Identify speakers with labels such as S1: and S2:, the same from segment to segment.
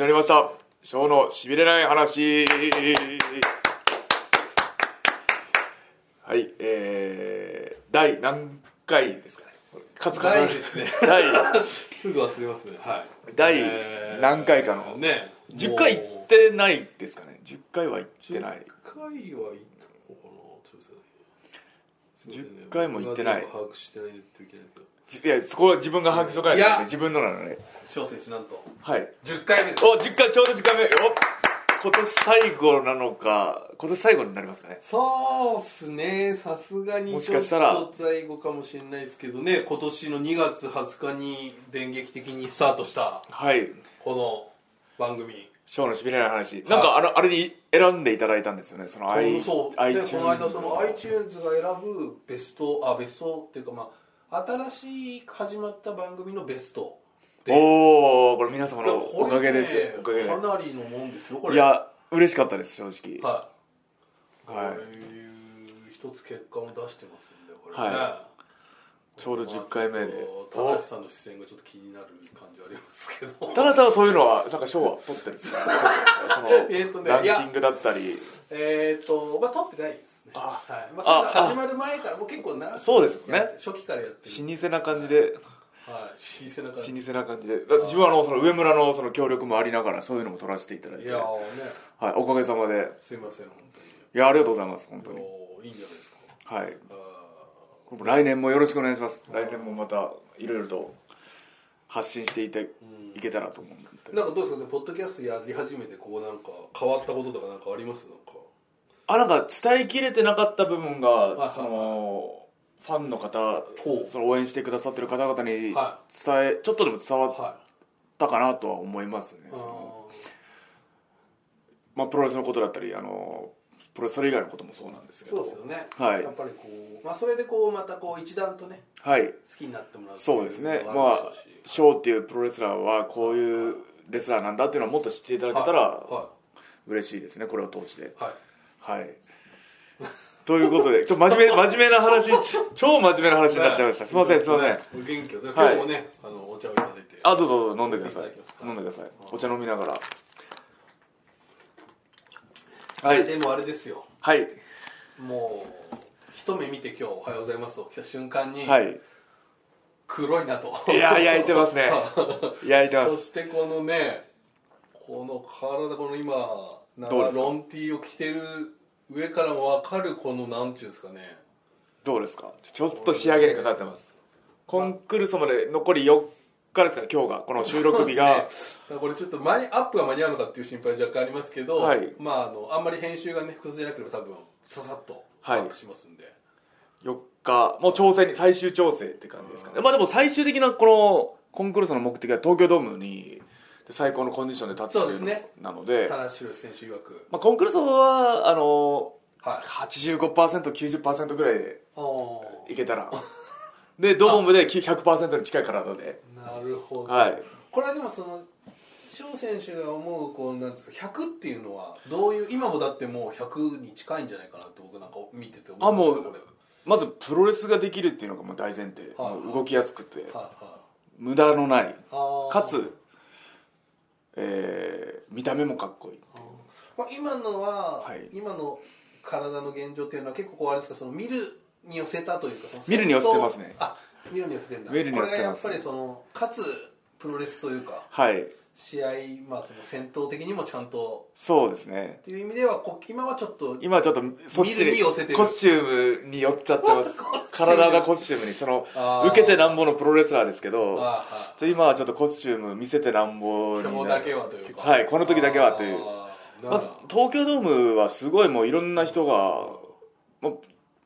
S1: まりましたショーのしびれない話はいえー、第何回ですかね数々
S2: ないですね
S1: 第
S2: すぐ忘れますねはい
S1: 第何回かの、
S2: ね
S1: 10回行
S2: も
S1: っ
S2: う
S1: てないですかね10回は行ってない
S2: 10回は行ったのかなちょっとすいません
S1: 10回も行ってない
S2: 僕が全部把握してないといけないと
S1: じいやそこは自分が把握しとかないといけない
S2: いや
S1: 自分のなので
S2: 翔選手なんと
S1: はい
S2: 10回目です
S1: お10回ちょうど10回目よっ今年最後なのか今年最後になりますかね
S2: そうっすねさすがに
S1: もし
S2: ちょ
S1: か
S2: っ
S1: したら
S2: と在後かもしれないですけどね今年の2月20日に電撃的にスタートした
S1: はい
S2: この番組
S1: ショーのしびれない話なんかあのあれに選んでいただいたんですよねその i
S2: そうで
S1: iTunes
S2: この間その iTunes が選ぶベストあベストっていうかまあ新しい始まった番組のベスト
S1: おおこれ皆様の
S2: いやこれね
S1: おかげですよおかげで
S2: かなりのもんですよこれ
S1: いや嬉しかったです正直
S2: はいこ
S1: はいう
S2: いう一つ結果も出してますんでこれね、
S1: はちょうど10回目で
S2: 田中さんの視線がちょっと気になる感じはありますけど
S1: 田中さんはそういうのはなんか賞は取ってるん ですかその、
S2: えーとね
S1: ランキングだったり
S2: えっとまあ撮ってないですね
S1: あ
S2: はいま
S1: あ
S2: あ、そんな始まる前からもう結構な
S1: そうですよね
S2: やって初期からやってる
S1: 老舗な感じで
S2: はい老舗な感じ
S1: 老舗な感じでだ自分はあのその上村のその協力もありながらそういうのも取らせていただい
S2: い
S1: て
S2: やー
S1: はい
S2: ね
S1: おかげさまです
S2: いません
S1: い
S2: 本
S1: やありがとうございます本
S2: 当
S1: 当に
S2: にいやーいいんじゃないですか
S1: はい
S2: あ
S1: これも来年もよろしくお願いします来年もまたいろいろと発信していていけたらと思うんで
S2: ーなんかどうですかねポッドキャストやり始めてこうなんか変わったこととかなんかありますなんか
S1: あなんか伝えきれてなかった部分
S2: いは
S1: が
S2: い
S1: そのファンの方
S2: ほう
S1: その応援してくださってる方々に伝
S2: は
S1: えちょっとでも伝わっ
S2: は
S1: たかなとは思いますね
S2: いあ
S1: その
S2: ー
S1: まあプロレスのことだったりあのプロレスそれ以外のこともそうなんですけ
S2: そ
S1: ど
S2: うですよね、
S1: はい
S2: やっぱりこう、まあ、それでこうまたこう一段とね
S1: はい
S2: 好きになってもらうってい
S1: そうですねま
S2: のが
S1: あ
S2: るでしょうし
S1: ショーっていうプロレスラーはこういうレスラーなんだっていうのをもっと知っていただけたら
S2: は
S1: 嬉しいですねこれを通して
S2: いはい、はい
S1: はい。ということで、ちょっと真面目、真面目な話、ち超真面目な話になっちゃいました。すいません、すいません。
S2: ん元気を今日もね、あのお茶をいただいて
S1: あ、どうぞどうぞ飲んでくださ
S2: いた
S1: い
S2: だきます。
S1: 飲んでください。お茶飲みながら。は
S2: はいい、。でもあれですよ
S1: はい。
S2: もう一目見て今日「おはようございます」と来た瞬間に、
S1: はい。
S2: 黒いなと
S1: いや焼いて ますね焼いてま
S2: そ
S1: す。
S2: してこのねこの体この今
S1: どうですか
S2: ロン T を着てる上からも分かるこのなんていうんですかね
S1: どうですかちょっと仕上げにかかってます。コンクルソまで残り4日ですかね、今日が。この収録日
S2: そう
S1: が
S2: で。すねだからこれちょっと間にアップが間に合うのかっていう心配は若干ありますけど、
S1: はい
S2: まああのあんまり編集がね複雑じゃなければ多分ささっとア
S1: はい
S2: ップしますんで、
S1: 4日、もう調整に、最終調整って感じですかね。まあでも最終的なこのコンクルーソの目的は東京ドームに最高のコンディションで立つっていう
S2: そ
S1: の
S2: うですね
S1: なので、
S2: 田中宏選手曰く
S1: まあ、コンクルーソは、あの、
S2: はい
S1: 85%、90%ぐらいで
S2: あー
S1: いけ たら、で、ドームで100%に近い体で、
S2: なるほど、
S1: はい
S2: これはでもその翔選手が思うこうなんですか100っていうのはどういう今もだってもう100に近いんじゃないかなって僕なんか見てて思いました
S1: あもう
S2: これ
S1: まずプロレスができるっていうのがもう大前提、
S2: はい
S1: もう動きやすくて、
S2: はいはい
S1: 無駄のない、
S2: あー
S1: かつ、えー見た目もかっこいい。
S2: あーまあ、今のは、
S1: はい
S2: 今の体の現状っていうのは結構こうあれですかその見るに寄せたというかその
S1: 見るに寄せてますね
S2: あ見るに寄せてんだ
S1: 見るに寄せてます
S2: これがやっぱりそのかつプロレスというか
S1: はい、
S2: 試合、まあ、その戦闘的にもちゃんと
S1: そうですね。
S2: っていう意味ではこ今はちょっと
S1: 今ちょっとそっち
S2: 見る
S1: に
S2: に寄せてる
S1: コスチュームに寄っちゃってます
S2: コスチューム
S1: 体がコスチュームにその
S2: あー
S1: 受けてなんぼのプロレスラーですけ
S2: あー
S1: ど
S2: は
S1: ちょ今はちょっとコスチューム見せてなんぼ
S2: い
S1: になる
S2: 今日だけはというか
S1: はいこの時だけはという
S2: あーな
S1: ま
S2: る
S1: あ東京ドームはすごいもういろんな人が、まあ、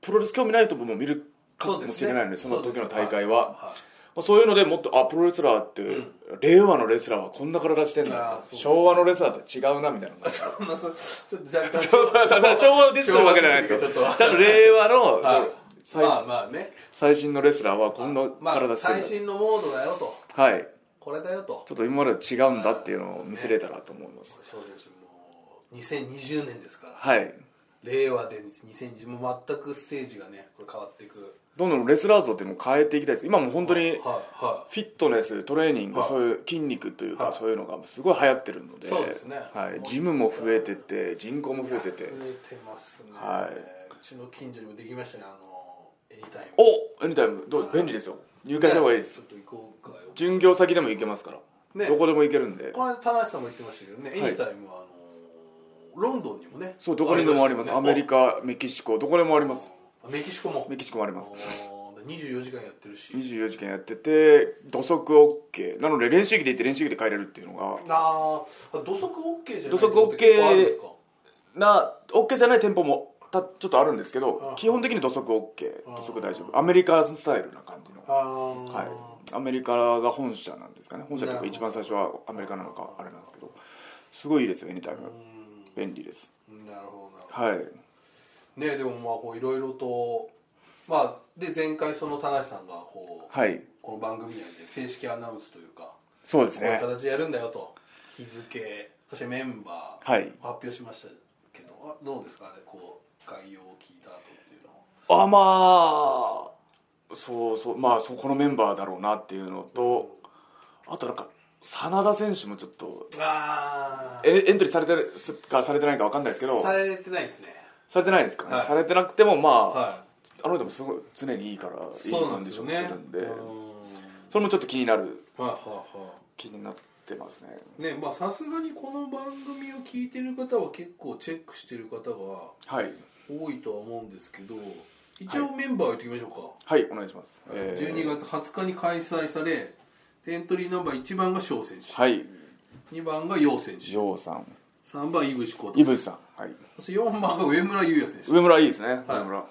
S1: プロレス興味ない人ももう見るか
S2: そう
S1: も
S2: ですね
S1: しれないのでその時の大会は
S2: そうですはいはい
S1: まあそういうのでもっとあプロレスラーって、
S2: うん
S1: 令和のレスラーはこんな体してん
S2: あー
S1: だ
S2: そうです
S1: 昭和のレスラーとは違うなみたいな
S2: そんなそちょっと 若干
S1: ただ昭和をディスってるわけじゃないですよ
S2: ちょっと
S1: ちゃんと令和の、
S2: はい
S1: 最
S2: まあまあね
S1: 最新のレスラーはこんな
S2: まあ、
S1: 体してる
S2: 最
S1: んだ、
S2: 新のモードだよと
S1: はい
S2: これだよと
S1: ちょっと今までは違うんだっていうのを見せれたらと思います、
S2: 翔選手もう2020年ですから
S1: はい
S2: 令和で2020もう全くステージがねこれ変わっていく
S1: どんどんレスラー像ってもう変えていきたいです今もう本当に
S2: はいは
S1: フィットネストレーニング、
S2: はい
S1: そういう筋肉というか、
S2: はい
S1: そういうのがすごい流行ってるので
S2: そうですね
S1: はい、ジムも増えてて人口も
S2: い
S1: 増えてて
S2: 増えてますね、
S1: はいう
S2: ちの近所にもできましたねあのエニタイム
S1: おエニタイムどう便利ですよ入会した方がいいです
S2: ちょっと行こうかよ
S1: 巡業先でも行けますから、
S2: ね
S1: どこでも行けるんで
S2: この間田中さんも言ってましたけどね、
S1: はい
S2: エニタイムはあのロンドンにもね
S1: そうどこにでもあります
S2: よ
S1: ア
S2: ね
S1: メリカメキシコどこでもあります
S2: あメキシコも
S1: メキシコもあります
S2: あー24時間やってるし
S1: 24時間やってて土足 OK なので練習着で行って練習着で帰れるっていうのが
S2: あーあ土足 OK じゃない
S1: 土足 OK
S2: って結構あるんですか
S1: な OK じゃない店舗もたちょっとあるんですけ
S2: あ
S1: ど
S2: あ
S1: 基本的に土足 OK
S2: ああ
S1: 土足大丈夫アメリカスタイルな感じの
S2: あー
S1: はい、アメリカが本社なんですかね本社という
S2: な
S1: か
S2: るほど
S1: 一番最初はアメリカなのかあれなんですけどすごいいいですよエニタイム
S2: う
S1: 便利です
S2: んなるほどなるほど
S1: はい
S2: ねでもまあこういろいろとまあで前回その田無さんがこう、
S1: はい
S2: この番組内で正式アナウンスというか、
S1: そうです
S2: こういう
S1: ね
S2: 形でやるんだよと日付そしてメンバー
S1: はい
S2: 発表しましたけど、あどうですかねこう概要を聞いた後っていうのは
S1: あまあそうそうまあそうこのメンバーだろうなっていうのとあとなんか真田選手もちょっと
S2: ああ
S1: エエントリーされてるすかされてないか分かんないですけど
S2: されてないですね
S1: されてないですかね、
S2: はい
S1: されてなくてもまあ、
S2: は
S1: あの人もすごい常にいいからいい
S2: いそうなん
S1: 感
S2: で
S1: じ
S2: す
S1: し
S2: よ
S1: ょ
S2: ね
S1: してるんで
S2: うん
S1: それもちょっと気になる
S2: はいはいはい
S1: 気になってますね
S2: ねまあさすがにこの番組を聞いてる方は結構チェックしてる方が
S1: はい
S2: 多いとは思うんですけど一応メンバーを言っておきましょ
S1: はいお願いします、
S2: うか、12月20日に開催されエントリーナンバー1番が翔選手、
S1: はい
S2: 2番が陽選手
S1: ジョーさん
S2: 3番井口浩
S1: イ
S2: 太
S1: ブさん、はい、
S2: そして4番が上村優也選手
S1: 上村いいですね、上村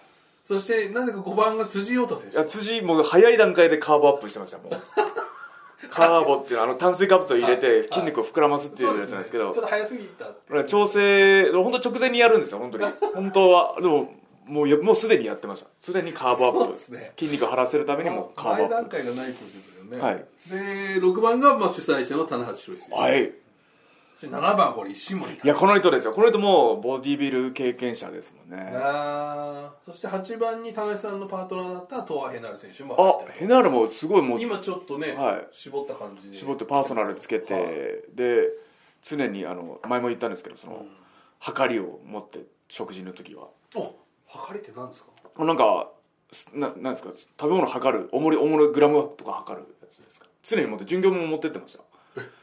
S2: そしてなぜか5番が辻陽太選
S1: い
S2: 手
S1: や辻もう早い段階でカーブアップしてま したもうカーボっていうのはあの炭水化物を入れ
S2: はいは
S1: て
S2: い
S1: 筋肉を膨らますってい
S2: そう
S1: うやつなんですけ
S2: ね
S1: ど
S2: ちょっと早すぎたって
S1: 調整本当直前にやるんですよ本 当に本当はでももうやもうすでにやってましたすでにカーブア
S2: そう
S1: ッ
S2: で
S1: プ
S2: すね
S1: 筋肉を張らせるためにもカーブア
S2: 前
S1: ッ
S2: 段
S1: プ
S2: 階がないかもしれな
S1: はい
S2: ですよね、で6番がまあ主催者の棚橋宏選手、
S1: はい
S2: そして7番これ石森
S1: いやこの人ですよこの人もボディビル経験者ですもんね
S2: あーそして8番に田中さんのパートナーだったトア・ヘナル選手も
S1: あ
S2: 入ってる
S1: ヘナールもすごいもう
S2: 今ちょっとね、
S1: はい
S2: 絞った感じで
S1: 絞ってパーソナルつけて、
S2: はい
S1: で常にあの前も言ったんですけどその、量りを持って食事の時は
S2: お測りって何ですか
S1: もうなんかすななんですか食べ物測るおもりおもりグラムとか測るやつですか常に持って巡業も持ってってました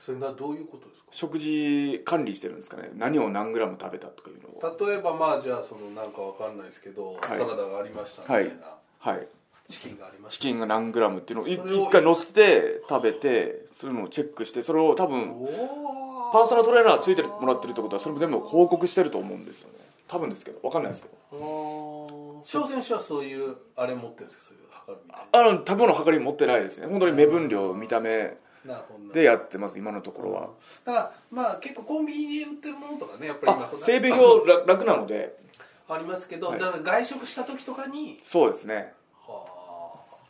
S2: それなどういうことです
S1: 食事管理してるんですかね何を何グラム食べたとかいうのを
S2: か例えばまあじゃあそのなんかわかんないですけど、
S1: はい
S2: サラダがありましたみた
S1: はい
S2: いな、
S1: はい
S2: チキンがありまし
S1: チ
S2: た
S1: キンが何グラムっていうのをい
S2: それを
S1: 一回乗せて食べてそういうのをチェックしてそれを多分
S2: おー
S1: パーソナルトレーナーついてもらってるってことはそれも全部報告してると思うんですよね多分ですけど分かんないですけど
S2: あー翔選手はそういうあれ持ってるんですかそういう測るみたい
S1: あの食べ物はかり持ってないですね本当に目分量見た目
S2: ななるほどな
S1: でやってます今のところは
S2: だからまあ結構コンビニで売ってるものとかねやっぱり今
S1: あ整備表楽楽なので
S2: ありますけど、
S1: はい
S2: だから外食した時とかに
S1: そうですね
S2: はあ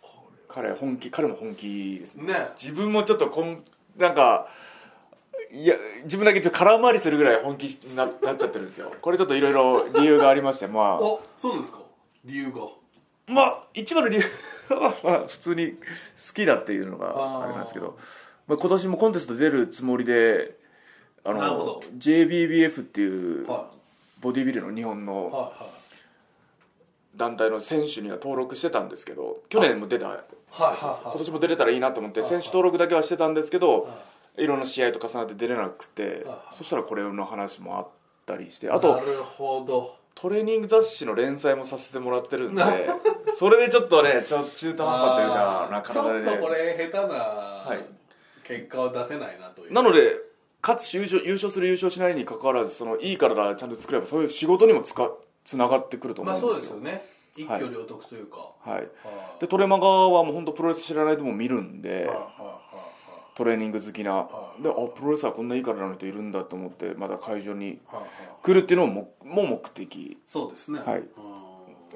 S2: こ
S1: 彼本気彼も本気ですね
S2: れね
S1: 自分もちょっとこんなんかいや自分だけちょっと空回りするぐらい本気にななっちゃってるんですよこれちょっといろいろ理由がありましてまあ
S2: あそうなんですか理由が
S1: まあ一番の理由 はまあ普通に好きだっていうのがあれなんですけどまあ、今年もコンテスト出るつもりであ
S2: なるほど
S1: の JBBF っていう
S2: は
S1: ボディビルの日本
S2: い
S1: の
S2: はいはい
S1: 団体の選手には登録してたんですけど去年も出た
S2: はい
S1: 今
S2: はい
S1: 年も出れたらいいなと思って
S2: はい
S1: 選手登録だけはしてたんですけど
S2: はい
S1: ろんな試合と重なって出れなくて
S2: はい
S1: そしたらこれの話もあったりしてあ
S2: あな
S1: と
S2: るほど
S1: トレーニング雑誌の連載もさせてもらってるんでそれでちょっとねちょ中途半端というかな
S2: あーち
S1: か
S2: ょっ
S1: な
S2: と
S1: か
S2: こ
S1: ね
S2: れ下手
S1: い
S2: な結果は出せないなという
S1: なので勝つ優勝優勝する優勝しないにかかわらずそのいい体ちゃんと作ればそういう仕事にもつかつながってくると思
S2: ま
S1: う
S2: あそ
S1: ん
S2: う
S1: で
S2: ですす
S1: よ
S2: よね一挙両得というかは
S1: はい
S2: あ
S1: でトレマガはもう本当プロレス知らないでも見るんで
S2: はいはいはい
S1: トレーニング好きな
S2: はい
S1: であプロレスラーこんないい体の人いるんだと思ってまた会場に
S2: はいはいはい
S1: 来るっていうのもももう目的、
S2: そうですね
S1: はい
S2: うん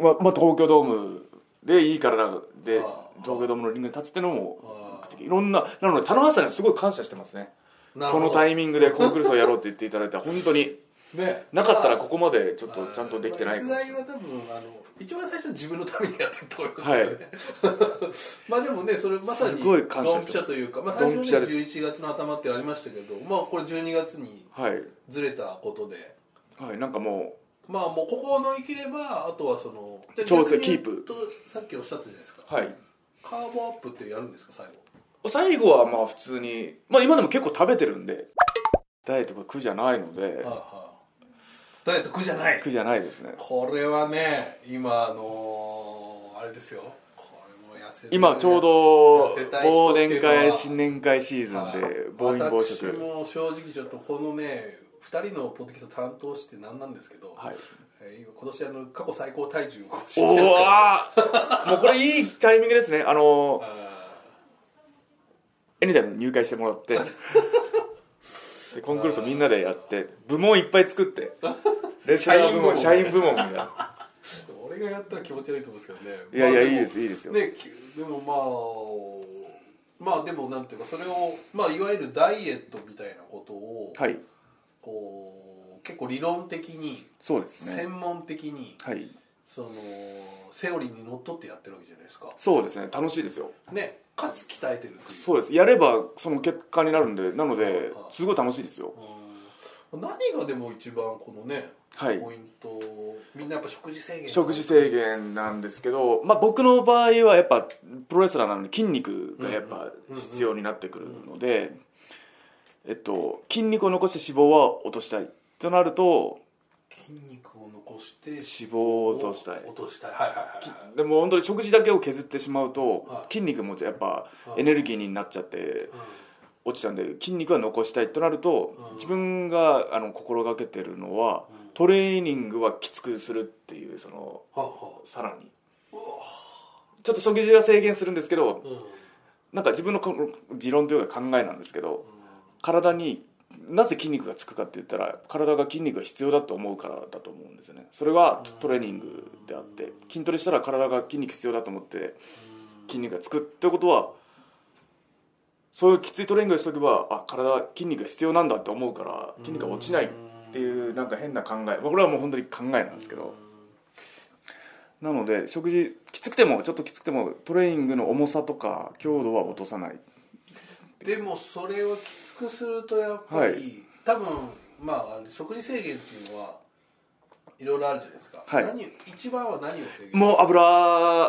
S1: ままあ、東京ドームでいい体で
S2: あー
S1: 東京ドームのリングに立つっていうのも
S2: あ
S1: 目的いろんななので田中さんにはすごい感謝してますね
S2: ーなる
S1: こ
S2: ほど
S1: のタイミングでコンクルールをやろうって言っていただいた本当に
S2: ね
S1: なかったらここまでちょっとちゃんとできてないか
S2: 逸
S1: もしれ
S2: 材
S1: ない
S2: は多分あの一番最初は自分のためにやってたと思いますけどね、 まあでもねそれまさ
S1: す
S2: にド
S1: ご
S2: ン
S1: い感謝し
S2: ピ
S1: てます
S2: シャというか、まあ、最
S1: ドンピ
S2: 初
S1: シャ
S2: は
S1: で
S2: ね
S1: す
S2: 11月の頭ってありましたけどまあこれ12月に
S1: はい
S2: ずれたことで
S1: はいなんかも
S2: まあもうここを乗り切ればあとはそのじゃあ
S1: 調整
S2: 逆に言う
S1: キ
S2: とさっきおっしゃったじゃないですか
S1: うはい
S2: カーボアップってやるんですか最後
S1: 最後はまあ普通にまあ今でも結構食べてるんでダイエットが苦じゃないので
S2: はいはいダイエット苦じゃない
S1: 苦じゃないですね
S2: これはね今あのーあれですよこれも痩せる
S1: 今ちょうど
S2: 痩せたい人
S1: 忘
S2: って
S1: 年
S2: いうのは
S1: 会新年会シーズン
S2: はい
S1: で暴飲暴食
S2: 私も正直ちょっとこのね2人のポッドキャスト担当して何なんですけど、
S1: はい
S2: えー今今年あの過去最高体重を更
S1: お
S2: 新してますから
S1: ーもうこれいいタイミングですねあの
S2: あ
S1: エニタイムに入会してもらって でコンクルールみんなでやって部門いっぱい作ってレスラー部門
S2: 社
S1: 社
S2: 員
S1: 員部
S2: 部
S1: 門みたいな
S2: ー俺がやったら気持ち悪いと思うんですけどね
S1: いやい
S2: ま
S1: や
S2: あ
S1: いいですいいですよ
S2: ねきでもまあまあでもなんていうかそれを、まあ、いわゆるダイエットみたいなことを、
S1: はい
S2: こう結構理論的に
S1: そうですね
S2: 専門的に
S1: はい
S2: そのセオリーにのっとってやってるわけじゃないですか
S1: そうですね楽しいですよ
S2: ねかつ鍛えてるっていう
S1: そうですやればその結果になるんでなのですごい楽しいですよ
S2: うん何がでも一番このね、
S1: はい
S2: ポイントみんなやっぱ食事制限
S1: 食事制限なんですけど、まあ、僕の場合はやっぱプロレスラーなので筋肉がやっぱ必要になってくるので、えっと、筋肉を残して脂肪は落としたいとなると
S2: 筋肉を残して脂
S1: 脂肪を落としたい
S2: 落としたいはいはいはいはい
S1: でも本当に食事だけを削ってしまう
S2: は
S1: と
S2: い
S1: 筋肉もやっぱ
S2: はい
S1: エネルギーになっちゃって
S2: うん
S1: 落ちちゃうんで筋肉は残したいとなると
S2: うん
S1: 自分があの心がけてるのは
S2: うん
S1: トレーニングはきつくするっていうその
S2: はあは
S1: さらに
S2: あう
S1: ちょっと食事は制限するんですけど
S2: わうん
S1: なんか自分のこの持論というか考えなんですけど
S2: う
S1: 体になぜ筋肉がつくかって言ったら体が筋肉が必要だと思うからだと思うんですよねそれはトレーニングであって筋トレしたら体が筋肉必要だと思って
S2: ん
S1: 筋肉がつくってことはそういうきついトレーニングをしとけばあ体は筋肉が必要なんだって思うから筋肉が落ちないっていうなんか変な考えまあこれはもう本当に考えなんですけどなので食事きつくてもちょっときつくてもトレーニングの重さとか強度は落とさない
S2: でもそれをきつくするとやっぱり、
S1: はい
S2: 多分まああの食事制限っていうのはいろいろあるじゃないですか、
S1: はい
S2: 何一番は何を制限
S1: もう油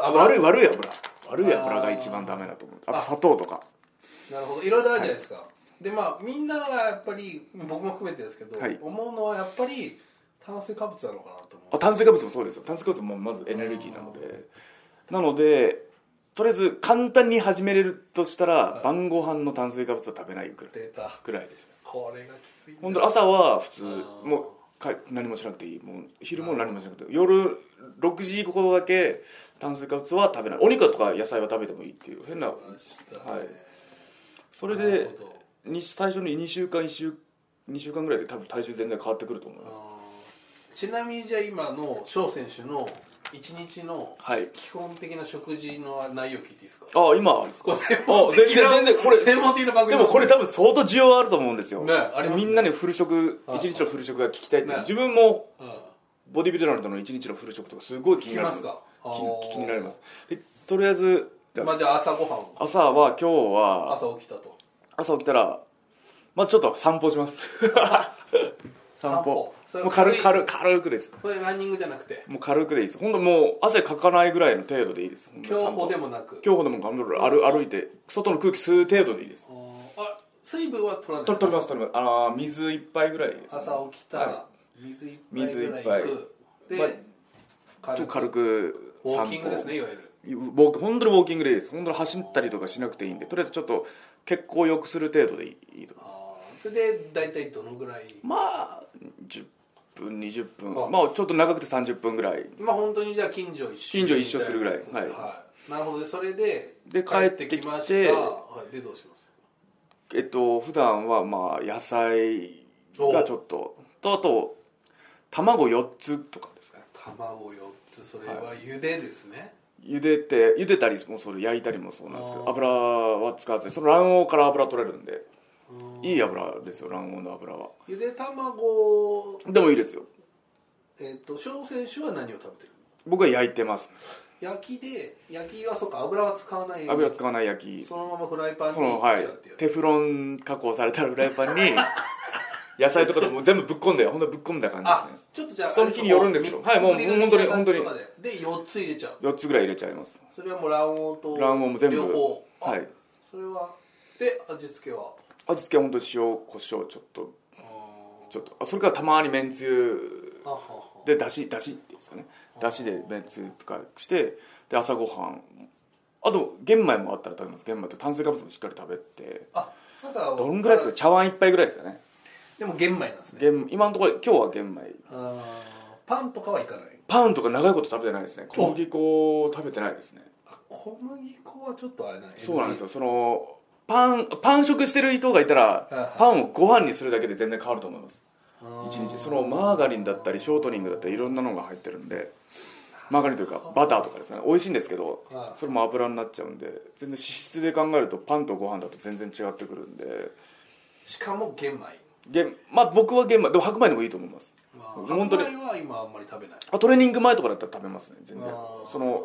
S2: 油
S1: 悪い悪い油悪い油が一番ダメだと思うあ
S2: あ
S1: と砂糖とか
S2: なるほどいろいろあるじゃないですか、でまあみんながやっぱり僕も含めてですけど、
S1: はい
S2: 思うのはやっぱり炭水化物なのかなと
S1: あ
S2: 思
S1: 炭水化物もそうですよ炭水化物もまずエネルギーなのでなのでとりあえず簡単に始めれるとした
S2: は
S1: ら
S2: い
S1: 晩ご飯の炭水化物は食べないくらい
S2: ってた
S1: くらいですね
S2: これがきついんだ
S1: 本当に朝は普通
S2: あー
S1: もうか何もしなくていいもう昼も何もしなくていい夜6時以降だけ炭水化物は食べないお肉とか野菜は食べてもいいっていう変な
S2: 来ましたね
S1: はいそれ
S2: なる
S1: で
S2: ほど
S1: に最初に2週間1週2週間ぐらいで多分体重全然変わってくると思います
S2: あーちなみにじゃあ今の翔選手の一日の
S1: はい
S2: 基本的な食事の内容聞いていいですか
S1: ああ今です
S2: こ
S1: か
S2: れ専
S1: あ
S2: 門的
S1: 全然
S2: な
S1: 全然これ
S2: 専門的な番組
S1: でもこれ多分相当需要あると思うんですよ
S2: ねあります
S1: み
S2: ね
S1: んなにフル食
S2: はい
S1: 一日のフル食が聞きたいっていう
S2: ね
S1: 自分も
S2: うん
S1: ボディビルダーとの一日のフル食とかすごい気
S2: 聞
S1: に
S2: き
S1: なる
S2: ますかあ
S1: 気
S2: ー
S1: 気になりますでとりあえずじゃ
S2: まあじゃあ朝ごはん
S1: あ朝は今日は
S2: 朝起きたと
S1: 朝起きたらまあちょっと散歩します散
S2: 散
S1: 歩
S2: 歩 それ
S1: もう軽
S2: 軽い
S1: く軽く軽くです
S2: これランニングじゃなくて
S1: もう軽くでいいです本当もう汗かかないぐらいの程度でいいです
S2: 競歩で
S1: も
S2: もなく
S1: 競歩でも頑張る歩歩いて外の空気吸う程度でいいです
S2: あーあ水分は取らないで
S1: 取
S2: す
S1: 取り
S2: か
S1: ます取りますあー水一杯ぐらいです、ね、
S2: 朝起きたら
S1: は
S2: 水一杯ぐらい
S1: 水
S2: 行
S1: 一
S2: く
S1: まあ
S2: で
S1: ちょっ
S2: 軽
S1: と軽
S2: く
S1: く
S2: ウォ
S1: 散歩
S2: ーキングですねいわゆる
S1: 僕本当にウォーキングでいいです本当に走ったりとかしなくていいんでとりあえずちょっと血行を良くする程度でいいいいと
S2: あーそれで大体どのぐらい
S1: まあ10分20分
S2: あ
S1: まあちょっと長くて30分ぐらい
S2: まあ本当にじゃあ近所一周
S1: 近所一周するぐらい
S2: みたなやつ
S1: はい
S2: いなるほどそれで
S1: で帰ってきて
S2: きましたはいでどうします
S1: えっと普段はまあ野菜がちょっととあと卵4つとかですかね
S2: 卵4つそれは茹でですね
S1: 茹でて茹でたりもそれ焼いたりもそうなんですけ
S2: あ
S1: ど
S2: ー
S1: 油は使わずにその卵黄から油取れるんでいい油ですよ卵黄の油は
S2: ゆで卵
S1: でもいいですよ
S2: えっと翔選手は何を食べてる
S1: 僕は焼いてます
S2: の焼きで焼きはそうか油は使わない
S1: 油使わない焼き
S2: そのままフライパンに
S1: そのはい
S2: 移しちゃってやる
S1: テフロン加工されたフライパン に野菜とかでも全部ぶっ込んでほんとぶっ込んだ感
S2: あ
S1: じですね
S2: ちょっとじゃあ
S1: その日によるんですけどはいもう
S2: ミックス
S1: 本当に
S2: グリル
S1: 本当に
S2: とかでで4つ入れちゃう
S1: 4つぐらい入れちゃいます
S2: それはもう卵黄と
S1: 卵黄も全
S2: 両
S1: 部
S2: 方あ
S1: はい
S2: それはで味付けは
S1: 味付けは本当に塩コショウちょっと
S2: あー
S1: ちょっとあそれからたまにめんつゆ
S2: あはは
S1: でだしだしっていうんですかねだしでめんつゆとかしてで朝ごはんあと玄米もあったら食べます玄米と炭水化物もしっかり食べて
S2: あ朝は
S1: どんぐらいですか茶碗一杯ぐらいですかね
S2: でも玄米なんですね
S1: 玄今のところ今日は玄米
S2: あーパンとかはいかない
S1: パンとか長いこと食べてないですね小麦粉を食べてないですね
S2: あ小麦粉はちょっとあれない
S1: そうなんです
S2: よ
S1: よそのパンパン食してる人がいた
S2: いは
S1: ら
S2: い
S1: パンをご飯にするだけで全然変わると思います一日そのマーガリンだったりショートニングだったりいろんなのが入ってるんでマーガリンというかバターとかですね美味しいんですけど
S2: はい
S1: それも油になっちゃうんで全然脂質で考えるとパンとご飯だと全然違ってくるんで
S2: しかも玄米
S1: げまあ僕は玄米でも白米でもいいと思います
S2: まあ
S1: 本当に
S2: 白米は今あんまり食べない
S1: あトレーニング前とかだったら食べますね全然
S2: あー
S1: その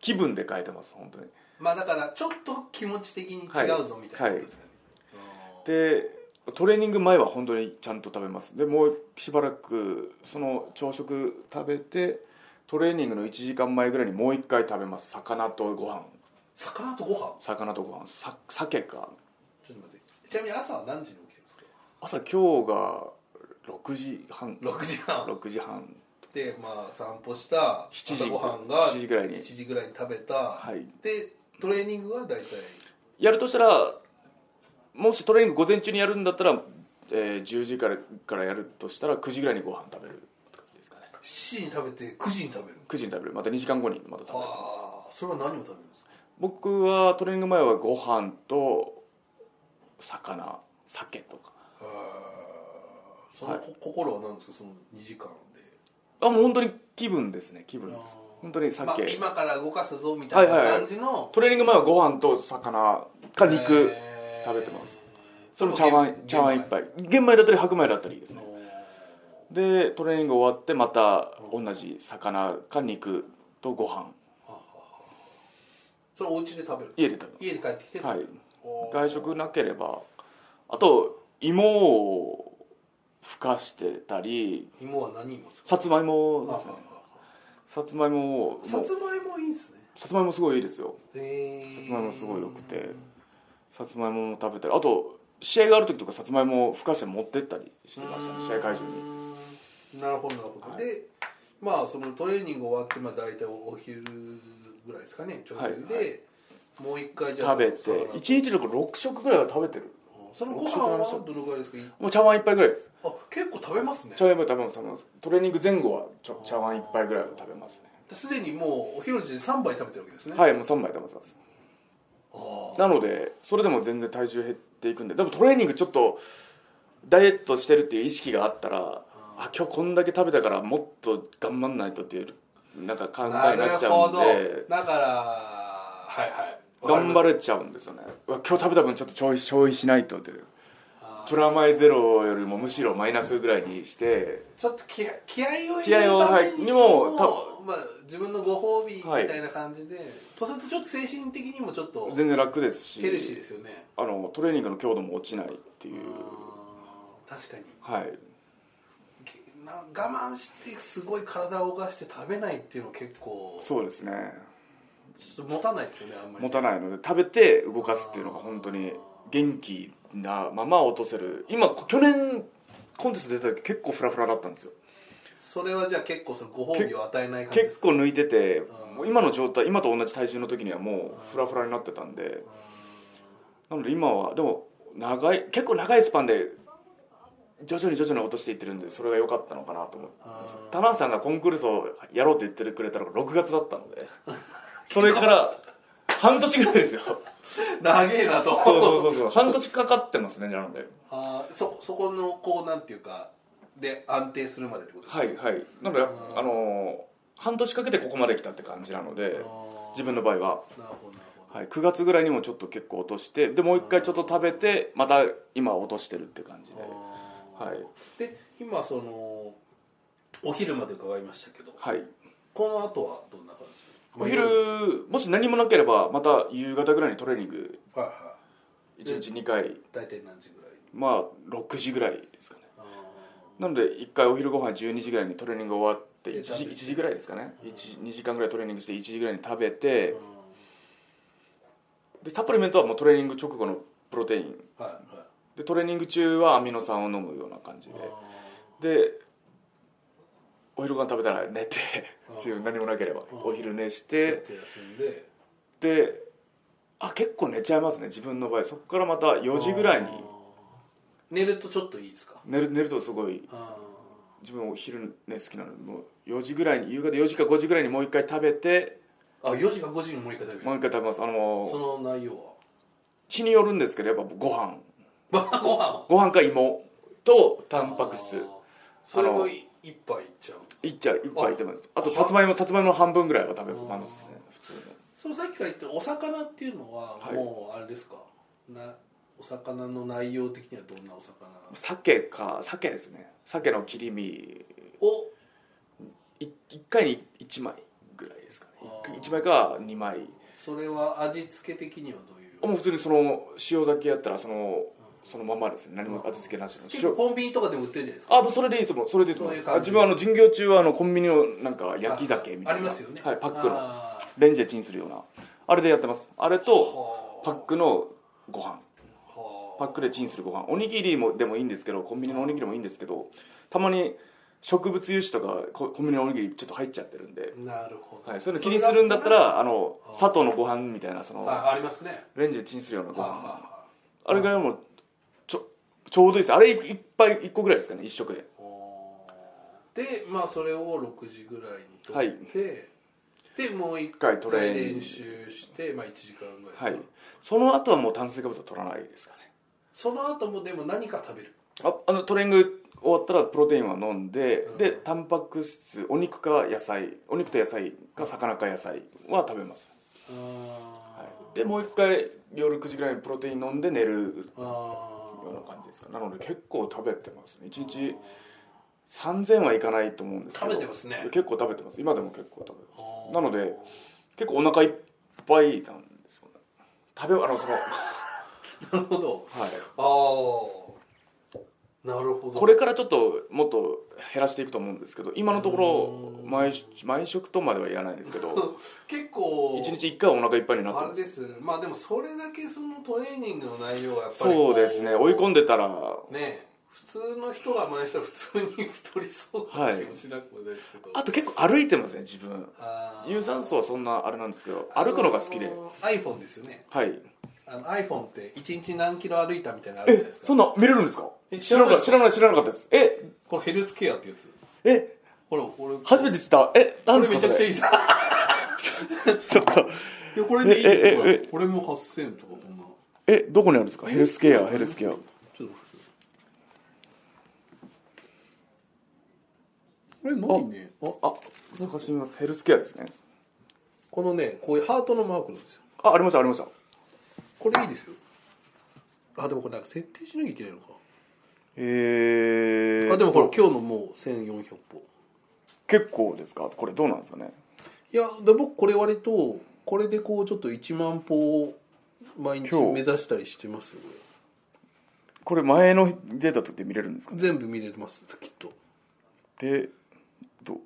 S1: 気分で変えてます本当に
S2: まあだからちょっと気持ち的に違うぞみたいなことですかね、うん
S1: でトレーニング前は本当にちゃんと食べますでもうしばらくその朝食食べてトレーニングの1時間前ぐらいにもう1回食べます魚とご飯
S2: 魚とご飯
S1: 魚とご飯さ鮭か
S2: ちょっと待ってちなみに朝は何時に起きてますか
S1: 朝今日が6時半
S2: 6時半
S1: 6時半
S2: でまあ散歩した
S1: 7時
S2: 朝ご飯が
S1: 7時ぐらいに
S2: 7時ぐらいに食べた、
S1: い
S2: でトレーニングは大体
S1: やるとしたらもしトレーニング午前中にやるんだったら、えー10時からからやるとしたら9時ぐらいにご飯食べるって感じですかね
S2: 7時に食べて9時に食べる
S1: 9時に食べるまた2時間後にまた食べる
S2: ああそれは何を食べるんですか
S1: 僕はトレーニング前はご飯と魚酒とか
S2: あーその、こ心は何ですかその2時間で
S1: あもう本当に気分ですね気分です
S2: あー
S1: 本当に
S2: まあ
S1: 酒、、
S2: 今から動かすぞみたいな
S1: はいはいはい
S2: 感じの、
S1: トレーニング前はご飯と魚か肉、
S2: えー
S1: 食べてますそれも茶碗茶碗一
S2: 玄
S1: 杯玄米だったり白米だったりいいです
S2: 米
S1: ね
S2: おー
S1: でトレーニング終わってまた同じ魚か肉とご飯
S2: それお家で食べる
S1: 家で食べ
S2: 家で帰ってきて
S1: ますはい
S2: おー
S1: 外食なければあと芋をふかしてたり
S2: 芋は何芋ですか
S1: さつまいもですね
S2: ああ
S1: さつまいもをもう
S2: あさつまいもいいですね
S1: さつまいもすごいいいですよ
S2: へー
S1: さつまいもすごい良くてさつまいもも食べたりあと試合がある時とかさつまいもをふかして持ってったりしてましたね試合会場に
S2: になるほどなるほど、
S1: はい
S2: でまあそのトレーニング終わってまあ大体お昼ぐらいですかね朝食で、
S1: はいは
S2: もう一回じゃあ
S1: 食べて
S2: その魚
S1: 1日の6食ぐらいは食べてる
S2: そのご飯はどのぐらいですか
S1: もう茶碗一杯ぐらいです
S2: あ結構食べますね
S1: 茶碗一杯食べます食べますトレーニング前後はちょ茶碗一杯ぐらいは食べますね
S2: すでにもうお昼の時で3杯食べてるわけですねい
S1: はいもう3杯食べてます
S2: あー
S1: なのでそれでも全然体重減っていくんででもトレーニングちょっとダイエットしてるっていう意識があったらあ今日こんだけ食べたからもっと頑張んないとっていうなんか考
S2: な
S1: えに
S2: る
S1: なっちゃう
S2: ほ
S1: ん
S2: ど
S1: で
S2: だからはいはい
S1: 頑張
S2: る
S1: れちゃうんですよねうわ今日食べた分ちょっと消費消費しないとっていう
S2: あ
S1: プラマイゼロよりもむしろマイナスぐらいにして
S2: ちょっと気合気合を入
S1: 気
S2: れる
S1: 合を
S2: ために
S1: は
S2: も
S1: いにも
S2: まあ、自分のご褒美みたいな感じで、そうするとちょっと精神的にもちょっと
S1: 全然楽ですし
S2: ヘルシーですよね
S1: あのトレーニングの強度も落ちないっていう
S2: あー確かに
S1: はい
S2: けな我慢してすごい体を動かして食べないっていうのは結構
S1: そうですね
S2: ちょっと持たないですよねあんまり
S1: 持たないので食べて動かすっていうのが本当に元気なまま落とせる今去年コンテスト出た時結構フラフラだったんですよ
S2: それはじゃあ結構そのご褒美を与えない感じで
S1: 結
S2: すか
S1: 構抜いてて
S2: うん
S1: もう今の状態今と同じ体重の時にはもうフラフラになってたんでなので今はでも長い結構長いスパンで徐々に徐々に落としていってるんでそれが良かったのかなと思ってます
S2: うん
S1: 田中さんがコンクールをやろうって言ってくれたのが6月だったの でそれから半年ぐらいですよ
S2: 長えなと
S1: そうそうそうそう 半年かかってますねなので
S2: あーそそこのこうなんていうかで安定するまでってことですか
S1: はいはいなので
S2: うん
S1: あのー半年かけてここまで来たって感じなので
S2: あー
S1: 自分の場合は
S2: なるほどなるほど、
S1: はい、9月ぐらいにもちょっと結構落としてでもう一回ちょっと食べてまた今落としてるって感じで
S2: あー
S1: はい
S2: で今そのお昼まで伺いましたけど
S1: はい
S2: この後はどんな感じ
S1: お昼もし何もなければまた夕方ぐらいにトレーニング
S2: はいは
S1: 1日2回
S2: い大体何時ぐらいに
S1: まあ6時ぐらいですかね
S2: あ
S1: なので1回お昼ご飯12時ぐらいにトレーニング終わって1時
S2: で
S1: ,1 時ぐらいですかね2時間ぐらいトレーニングして1時ぐらいに食べ
S2: ー
S1: て
S2: うん
S1: でサプリメントはもうトレーニング直後のプロテイン
S2: はいはい
S1: でトレーニング中はアミノ酸を飲むような感じで
S2: あ
S1: でお昼ご飯食べたら寝て
S2: うん
S1: 自分何もなければ
S2: うん
S1: お昼寝し
S2: ー
S1: て
S2: ちょっと休んで
S1: であ結構寝ちゃいますね自分の場合そこからまた4時ぐらいに
S2: あー寝るとちょっといいですか
S1: 寝る寝るとすごい
S2: あ
S1: 自分お昼寝好きなのでもう4時ぐらいに夕方4時か5時ぐらいにもう一回食べて
S2: ーあ4時か5時にもう一回食べ
S1: もう
S2: る
S1: 一回食べますあの
S2: その内容は
S1: 日によるんですけどやっぱご飯
S2: まあご飯
S1: ご飯か芋とタンパク
S2: あ
S1: 質
S2: ーそれもい一杯いっちゃう
S1: いっちゃういっぱい食べますあと
S2: あ
S1: さつまいもさつまいもの半分ぐらいは食べますね普通に
S2: そのさっきから言ってるお魚っていうのは
S1: はい
S2: もうあれですか、なお魚の内容的にはどんなお魚
S1: 鮭か鮭ですね鮭の切り身
S2: を
S1: い1回に1枚ぐらいですかね
S2: あー
S1: 1, 枚か2枚
S2: それは味付け的にはどういう
S1: もう普通にその塩だけやったらその
S2: う
S1: そのままですね何も
S2: うん
S1: 味付けなしの
S2: 結
S1: 塩
S2: 構コンビニとかでも売ってるじゃないですか
S1: あもうそれでいいですもんそれでいいと思い
S2: そういう
S1: ま
S2: 感
S1: すあ自
S2: じ
S1: 分はあの巡業中はあのコンビニのなんか焼き酒みたいな
S2: あありますよね
S1: はい、パックの
S2: あー
S1: レンジでチンするようなあれでやってますあれと
S2: はあ
S1: パックのご飯
S2: はあ
S1: パックでチンするご飯おにぎりもでもいいんですけどコンビニのおにぎりもいいんですけどたまに植物油脂とかココンビニのおにぎりちょっと入っちゃってるんで、
S2: なるほど、
S1: はい、そういうの気にするんだったらあの
S2: あー
S1: 砂糖のご飯みたいなそ
S2: それ
S1: の
S2: があありますね
S1: レンジでチンするようなご
S2: はあは
S1: 飯
S2: あは
S1: あれぐらいもうちょちょうどいいですあれいっぱい1個ぐらいですかね1食で
S2: あおーでまあそれを6時ぐらいにとって、
S1: はい
S2: でもう一
S1: 回
S2: 回
S1: トレーニング
S2: 練習して、まあ、1時間ぐらいですか、
S1: はいその後はもう炭水化物は取らないですかね
S2: その後もでも何か食べる
S1: ああのトレーニング終わったらプロテインは飲んで、
S2: うん
S1: でタンパク質お肉か野菜お肉と野菜か魚か野菜は食べます、
S2: あー
S1: でもう一回夜9時ぐらいにプロテイン飲んで寝る
S2: あ
S1: よ
S2: ー
S1: うな感じですかなので結構食べてますね1日3000はいかないと思うんですけど
S2: 食べてますね
S1: 結構食べてます今でも結構食べてま
S2: あー
S1: すなので結構お腹いっぱいなんですよね食べあ のそのは
S2: なるほど
S1: い
S2: ああなるほど
S1: これからちょっともっと減らしていくと思うんですけど今のとこ
S2: う
S1: ろ
S2: ーん
S1: 毎食毎食とまでは言わないですけ ど
S2: 結構
S1: 一日一回はお腹いっぱいになって
S2: あ
S1: ま
S2: れ
S1: す
S2: ですよねまあでもそれだけそのトレーニングの内容はやっぱり
S1: そうですね追い込ん
S2: で
S1: でたら
S2: ね普通の人が真似したら普通に太りそうな気もしなくもないですけど、
S1: あと結構歩いてますね自分
S2: あー
S1: 有酸素はそんなあれなんですけど歩くのが好きで
S2: あの iPhone ですよね
S1: はい
S2: あの iPhone って1日何キロ歩いたみたいなのあるじゃないですか
S1: そんな見れるんですか
S2: え
S1: 知らなかった
S2: 知
S1: 知らない知らなかったですえ
S2: このヘルスケアってやつ
S1: え
S2: ほらこれ
S1: 初めて知ったえ
S2: こ
S1: 何で
S2: れ
S1: すか
S2: めちゃく
S1: そ
S2: ちゃい
S1: れ
S2: いです
S1: ちょっと
S2: いやこれでいいですよこ
S1: ええ
S2: れ
S1: ええ
S2: これも8000とかこんな
S1: えどこにあるんですかヘルスケアヘルスケア
S2: ちょっと待ってこれ
S1: あ
S2: ないね
S1: あ探してみますヘルスケアですね
S2: このねこういうハートのマークなんですよ
S1: あありましたありました
S2: これいいですよあでもこれなんか設定しなきゃいけないのか
S1: えー、
S2: あでもこれ今日のもう1400歩
S1: 結構ですかこれどうなんですかね
S2: いやで僕これ割とこれでこうちょっと1万歩を毎日
S1: 今日
S2: 目指したりしてますよこ
S1: これ前のデータとって見れるんですか
S2: れ全部見れてますきっと
S1: でど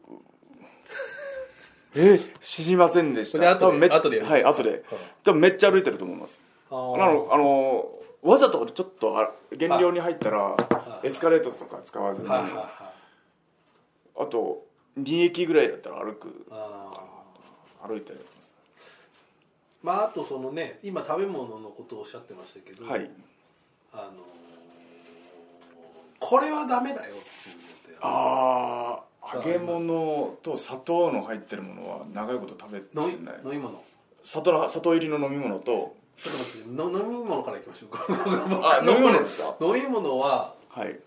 S1: え知りませんでし
S2: これ
S1: た多
S2: 後で
S1: 分めっ
S2: 後でやる
S1: はい後で多分めっちゃ歩いてると思います
S2: あ
S1: あのあのわざとちょっとあ減量に入ったら
S2: い
S1: エスカレートとか使わずに
S2: はいはい
S1: あ
S2: はい
S1: と2駅ぐらいだったら歩く
S2: あー
S1: 歩いたりやってます
S2: まああとそのね今食べ物のことをおっしゃってましたけど、
S1: はい
S2: あのーこれはダメだよっていうのって
S1: ああ揚げ物と砂糖の入ってるものは長いこと食べて
S2: 飲
S1: ない
S2: み飲み物
S1: 砂糖の砂糖入りの飲み物と
S2: ちょっと待っての飲み物からいきましょうかあ
S1: あ飲み物ですか
S2: 飲み物は
S1: はい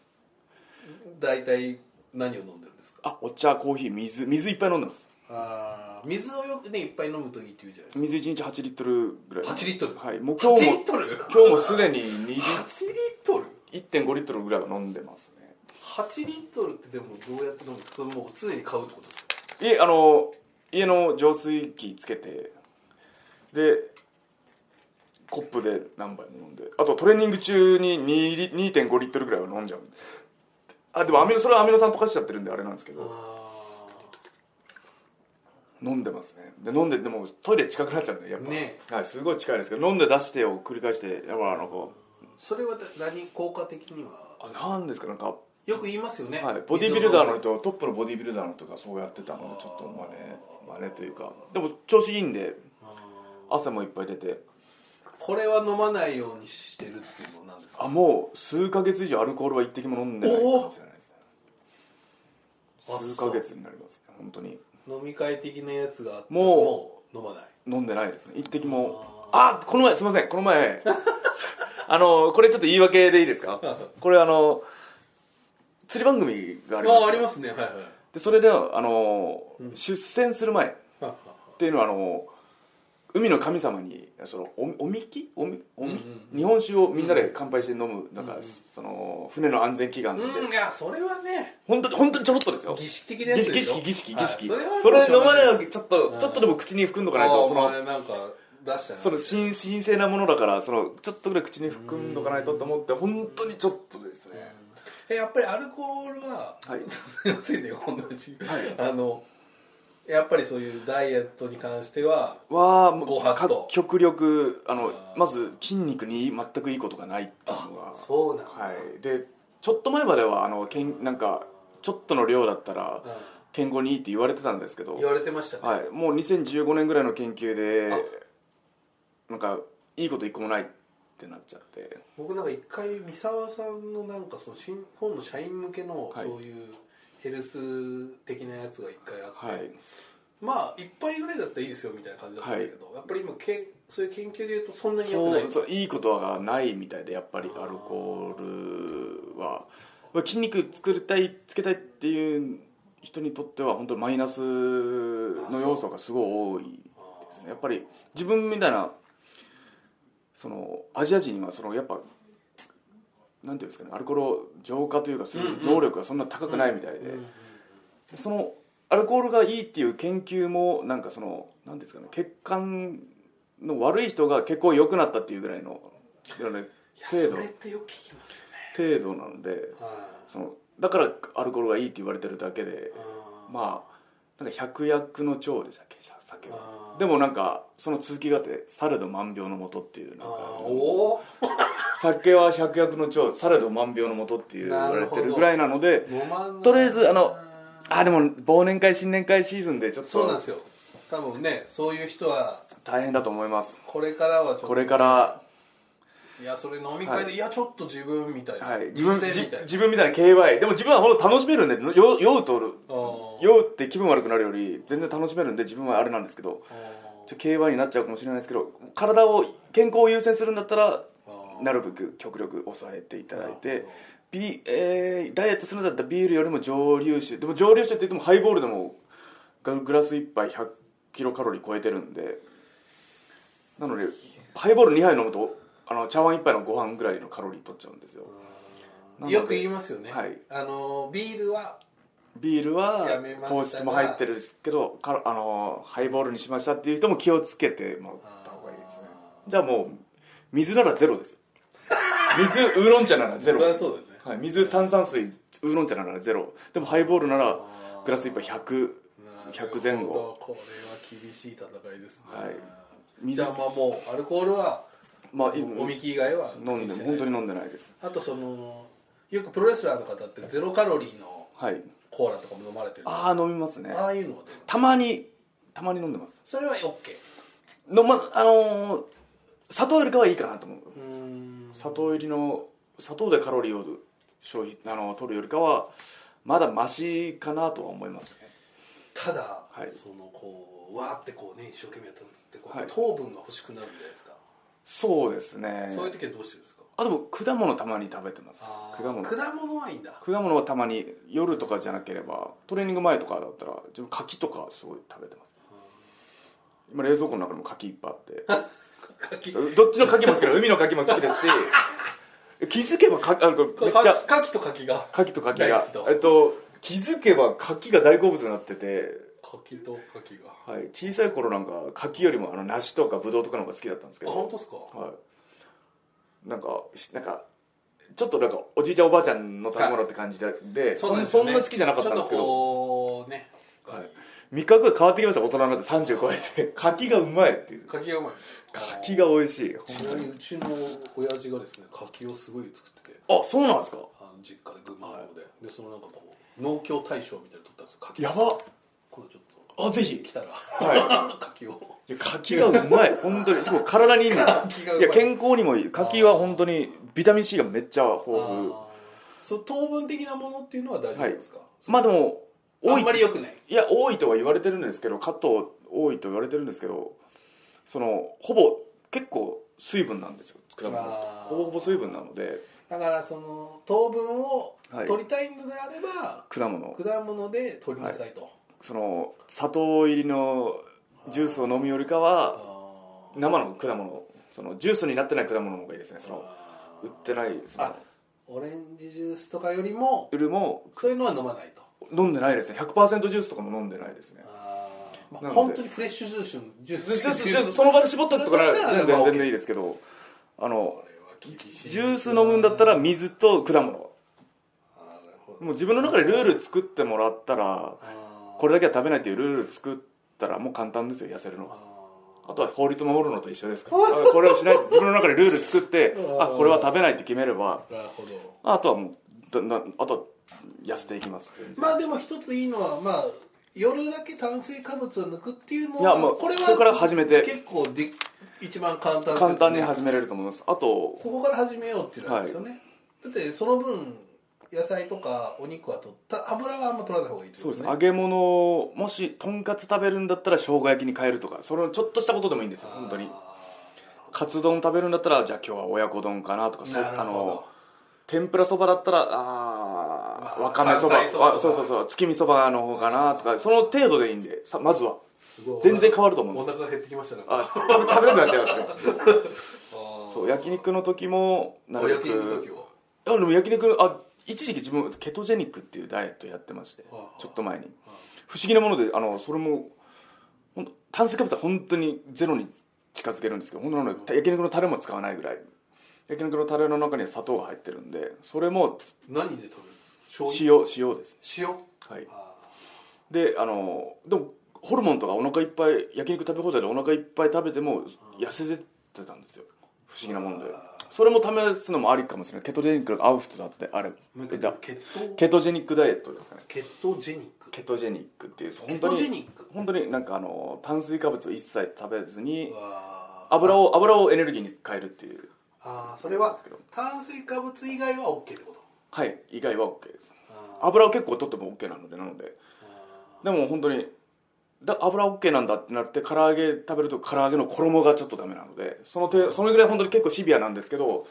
S2: 大体何を飲んでるんですか
S1: あお茶コーヒー水水いっぱい飲んでます
S2: あ水をよくねいっぱい飲むといいって言うじゃないで
S1: 水1日8リットルぐらい
S2: すか8リットル
S1: はいもう今
S2: 8
S1: 日
S2: リ
S1: も
S2: ットル
S1: 今日もすでに
S2: 8リットル
S1: 1.5リットルぐらいは飲んでますね
S2: 8リットルってでもどうやって飲むんですかそれもう常に買うってことですか
S1: いえあの家の浄水器つけてでコップで何杯も飲んであとトレーニング中に2リ2.5リットルぐらいは飲んじゃうんであでもアミノそれはアミノ酸溶かしちゃってるんであれなんですけど
S2: あ
S1: 飲んでますねで飲んででもトイレ近くなっちゃうんでやっぱ、
S2: ね
S1: はい、すごい近いですけど飲んで出してを繰り返してやっぱあのこう
S2: ーそれはだ何効果的には
S1: あなんですかなんか
S2: よく言いますよね、
S1: はい、ボディビルダーの
S2: 水を
S1: 人トップのボディビルダーの人がそうやってたのをちょっと真似真似というかでも調子いいんで
S2: 飲むあ
S1: 汗もいっぱい出て
S2: ーこれは飲まないようにしてるっていうのなんですか
S1: あもう数ヶ月以上アルコールは一滴も飲んでないかもしれないですね
S2: おお
S1: 数ヶ月になりますね本当に
S2: 飲み会的なやつがあって
S1: も
S2: もう飲まない
S1: 飲んでないですね一滴もあこの前すいませんこの前 あのこれちょっと言い訳でいいです かこれあの釣り番組がありま
S2: あ
S1: す
S2: ありますねはいはい
S1: でそれであの、
S2: うん
S1: 出船する前っていうのはあの海の神様にそのおおみきおみおみ、
S2: うんうん
S1: 日本酒をみんなで乾杯して飲む、なんか、
S2: うんうん
S1: その船の安全祈願で、
S2: うんいやそれはね
S1: 本当に本当にちょろっとですよ
S2: 儀式的な
S1: 儀
S2: やつ
S1: 式
S2: で
S1: 儀
S2: しょ
S1: 式儀式儀式、
S2: はい
S1: それ
S2: はもうしょ
S1: 飲
S2: うが
S1: ま
S2: ない
S1: ないわけちょっと、
S2: うん
S1: ちょっとでも口に含んどか
S2: あ
S1: ないと
S2: あ
S1: そ
S2: お
S1: の
S2: 前なんか出したな
S1: その神神聖なものだからそのちょっとぐらい口に含んどかないとと思って本当にちょっとですね、
S2: えやっぱりアルコールは、
S1: はい
S2: すいませんね同じ、
S1: はい
S2: あのやっぱりそういうダイエットに関しては
S1: はもう
S2: ご法度
S1: か極力あの
S2: あー
S1: まず筋肉に全くいいことがないっていうのが
S2: そうなんだ
S1: はい、でちょっと前まではあのけんなんかちょっとの量だったら
S2: う
S1: 健康にいいって言われてたんですけど
S2: ん、言、われてましたね、
S1: はい、もう2015年ぐらいの研究でなんかいいこと一個もないってなっちゃって
S2: 僕なんか一回三沢さんのなんかその新本の社員向けの
S1: はい
S2: そういうヘルス的なやつが一回あって、
S1: はい
S2: まあ一杯ぐらいだったらいいですよみたいな感じだったんですけど、やっぱり今けそういう研究で言うとそんなに良く
S1: そ
S2: ないう
S1: そういいことがないみたいでやっぱりアルコールはまあ筋肉作りたいつけたいっていう人にとっては本当にマイナスの要素がすごい多いですねやっぱり自分みたいなそのアジア人はそのやっぱなんていうんですかねアルコールを浄化というかする
S2: うんうん
S1: 能力がそんな高くないみたいで、
S2: うんうん
S1: そのアルコールがいいっていう研究もなんかそのなんですかね血管の悪い人が血行良くなったっていうぐらいのようない
S2: や
S1: 程
S2: そ
S1: 度
S2: れってよく聞きますよね
S1: 程度なのでそのだからアルコールがいいって言われてるだけで
S2: うん
S1: まあなんか百薬の長でしたっけ酒は
S2: あー
S1: でもなんかその続きがあって「されど万病のもと」っていうなん
S2: あ
S1: か
S2: ーお
S1: 酒は百薬の長されど万病のもとっていう言われてるぐらいなので
S2: お飲まない
S1: とりあえずあのあでも忘年会新年会シーズンでちょっ
S2: そうなん
S1: と
S2: ですよ多分ねそういう人は
S1: 大変だと思います
S2: これからはちょっと
S1: これから、
S2: いやそれ飲み会で、、
S1: はい
S2: やちょっと自分みたいな、
S1: はい、自分
S2: 店
S1: じ
S2: みたいな
S1: 自分みたいな KY でも自分はほんと楽しめるんで酔酔うと
S2: あー
S1: 酔うって気分悪くなるより全然楽しめるんで自分はあれなんですけど
S2: あ
S1: ち
S2: ー
S1: ょ KY になっちゃうかもしれないですけど体を健康を優先するんだったら
S2: あー
S1: なるべく極力抑えていただい
S2: なる
S1: て
S2: ほど
S1: ビ、えーダイエットするんだったらビールよりも蒸留酒でも蒸留酒って言ってもハイボールでもがグラス1杯100キロカロリー超えてるんでなのでハイボール2杯飲むとあの茶碗1杯のご飯ぐらいのカロリー取っちゃうんですよなので
S2: よく言いますよね、
S1: はい
S2: あのビールは
S1: ビールは
S2: やめましたが
S1: 糖質も入ってるけどかあのハイボールにしましたっていう人も気をつけてもらった方がいいですねじゃあもう水ならゼロですよ水ウーロン茶ならゼロ
S2: そりゃそうだよね
S1: はい、水炭酸水ウーロン茶ならゼロでもハイボールなら
S2: あー
S1: グラス1杯100
S2: なるほ
S1: 100
S2: ど
S1: 前後
S2: これは厳しい戦いですね、
S1: はい
S2: じ
S1: 水
S2: ゃあまあもうアルコールは
S1: まあい
S2: おみき以外は口
S1: 飲ん
S2: に
S1: で
S2: してな
S1: 本
S2: い
S1: 当に飲んでないです
S2: あとそのよくプロレスラーの方ってゼロカロリーの
S1: はい
S2: コーラとかも飲まれてる
S1: あ
S2: あ
S1: あ飲みますね
S2: あいうのはどうなの
S1: たまにたまに飲んでます
S2: それは OK
S1: のまあのー砂糖よりかはいいかなと思う
S2: うーん
S1: 砂糖入りの砂糖でカロリーを消費あの取るよりかはまだマシかなとは思いますね
S2: ただ、
S1: はい
S2: そのこうわーってこうね一生懸命やった時ってこう、
S1: はい
S2: 糖分が欲しくなるんじゃないですか、
S1: そうですね
S2: そういう時はどうしてるんですか
S1: あでも果物たまに食べてます
S2: あー
S1: 果物
S2: 果物はいいんだ
S1: 果物はたまに夜とかじゃなければトレーニング前とかだったら自分柿とかすごい食べてます今冷蔵庫の中にも牡蠣いっぱいあって
S2: 牡 蠣
S1: どっちの牡蠣も好きな海の牡蠣も好きですし気づけばかあのめっちゃ
S2: 牡蠣と牡蠣が
S1: 牡蠣と牡蠣
S2: 大
S1: が
S2: 好きと
S1: えっと気づけば牡蠣が大好物になってて、
S2: 牡蠣と牡蠣が
S1: はい、小さい頃なんか牡蠣よりもあの梨とかブドウとかの方が好きだったんですけ
S2: あ
S1: ど
S2: 本当ですか
S1: はい、なんかしなんかちょっとなんかおじいちゃんおばあちゃんの食べ物って感じで,、でそん
S2: です
S1: そ
S2: よ
S1: ん
S2: ね
S1: な好きじゃなかったんですけ
S2: ちょっと
S1: ど
S2: こうね
S1: はい味覚が変わってきました大人になって30超 えて柿がうまいっていう
S2: 牡蠣がうまい
S1: 柿が美味しい
S2: ち
S1: 本
S2: な
S1: 当
S2: み
S1: に
S2: にうちの親父がですね柿をすごい作ってて
S1: あそうなんですか
S2: あの実家で群馬の方で、でそのなんかこう農協大賞みたいなの取ったんですよ柿
S1: やば
S2: 今度ちょっと
S1: あぜひ
S2: 来たら、
S1: は
S2: 柿を
S1: いや柿がうまい本当にしかも体にいいんですよ
S2: 柿がう
S1: い
S2: まい
S1: や健康にもいい柿は本当にビタミン C がめっちゃ豊富
S2: あーそう糖分的なものっていうのは大丈夫ですか、
S1: まあでも
S2: あ
S1: 多い
S2: んまりよくない
S1: いや多いとは言われてるんですけどカット多いと言われてるんですけどそのほぼ結構水分なんですよ果物って
S2: あー
S1: ほぼほぼ水分なので
S2: だからその糖分を
S1: はい
S2: 取りたいのであれば、
S1: 果物
S2: 果物で取りなさいと、
S1: その砂糖入りのジュースを飲むよりか
S2: あ
S1: は
S2: ー
S1: 生の果物そのジュースになってない果物の方がいいですねその
S2: あー
S1: 売ってないその
S2: あオレンジジュースとかよりも
S1: よりも
S2: そういうのは飲まないと
S1: 飲んでないですね100%ジュースとかも飲んでないですね
S2: あー、
S1: な
S2: ま
S1: の
S2: あ、
S1: で
S2: 本当にフレッシュジュースジュー
S1: ジュー
S2: ス
S1: スジュースジュースその場で絞ったとかなら
S2: それだったら
S1: 全然全然いいですけどあ
S2: こ
S1: の
S2: れは厳しい
S1: ジュース飲むんだったら水と果物
S2: なるほど
S1: もう自分の中でルール作ってもらったら
S2: あー
S1: これだけは食べないっていうルール作ったらもう簡単ですよ痩せるのは
S2: あ
S1: あとは法律守るのと一緒ですからこれをしない自分の中でルール作って
S2: うん
S1: あこれは食べないって決めれば
S2: ーなるほど
S1: あとはもうだなあとは痩せていきます
S2: まあでも一ついいのはまあ夜だけ炭水化物を抜くっていうのはい
S1: やもうそこから始めて
S2: 結構で一番簡単、
S1: 簡単に始めれると思いますあと
S2: そこから始めようっていうのはあるんですよね、だってその分野菜とかお肉は取った油はあんま取らない方がいいって
S1: そ
S2: こ
S1: うで
S2: とですす
S1: ね
S2: ね
S1: 揚げ物をもしとんかつ食べるんだったら生姜焼きに変えるとかそのちょっとしたことでもいいんですよ本当にカツ丼食べるんだったらじゃあ今日は親子丼かなとかそう
S2: なる
S1: あ
S2: ほ
S1: の
S2: ど
S1: 天ぷらそばだったらあーわかめそば
S2: 山菜そばとか
S1: あそうそうそう月見そばの方かなとかその程度でいいんでさまずは
S2: すごい
S1: 全然変わると思うん
S2: お
S1: です
S2: 腹減ってきましたね
S1: あ食べ食べなくなっちゃいますよそう
S2: や
S1: 焼肉の時もな
S2: お
S1: る
S2: 焼
S1: べ
S2: き肉の時
S1: く
S2: は
S1: あでも焼肉あ一時期自分ケトジェニックっていうダイエットやってまして
S2: はいはい
S1: ちょっと前に
S2: はい
S1: 不思議なものであのそれもほんと炭水化物は本当にゼロに近づけるんですけど本当なので焼肉のタレも使わないぐらい焼肉のタレの中には砂糖が入ってるんでそれも
S2: 何で食べるんですか醤油
S1: 塩塩です
S2: 塩
S1: はい
S2: あ
S1: であのでもホルモンとかお腹いっぱい焼肉食べ放題でお腹いっぱい食べても痩せてたんですよ不思議なもんで
S2: あー
S1: それも試すのもありかもしれないケトジェニックが合う人だってあれ
S2: ーもう一回
S1: だ
S2: 血糖
S1: ケトジェニックダイエットですかね
S2: 血糖ジェニック
S1: ケトジェニックっていう
S2: ケ
S1: 本当
S2: トジェ
S1: に
S2: ニック
S1: 本当になんかあの炭水化物を一切食べずに
S2: わー
S1: 油を油をエネルギーに変えるっていう
S2: あーそれは炭水化物以外は OK ってこと
S1: はい以外は OK です
S2: あー
S1: 油を結構取っても OK なのでなので
S2: あ
S1: でも本当にだ油 OK なんだってなって唐揚げ食べると唐揚げの衣がちょっとダメなのでそのてそのぐらい本当に結構シビアなんですけど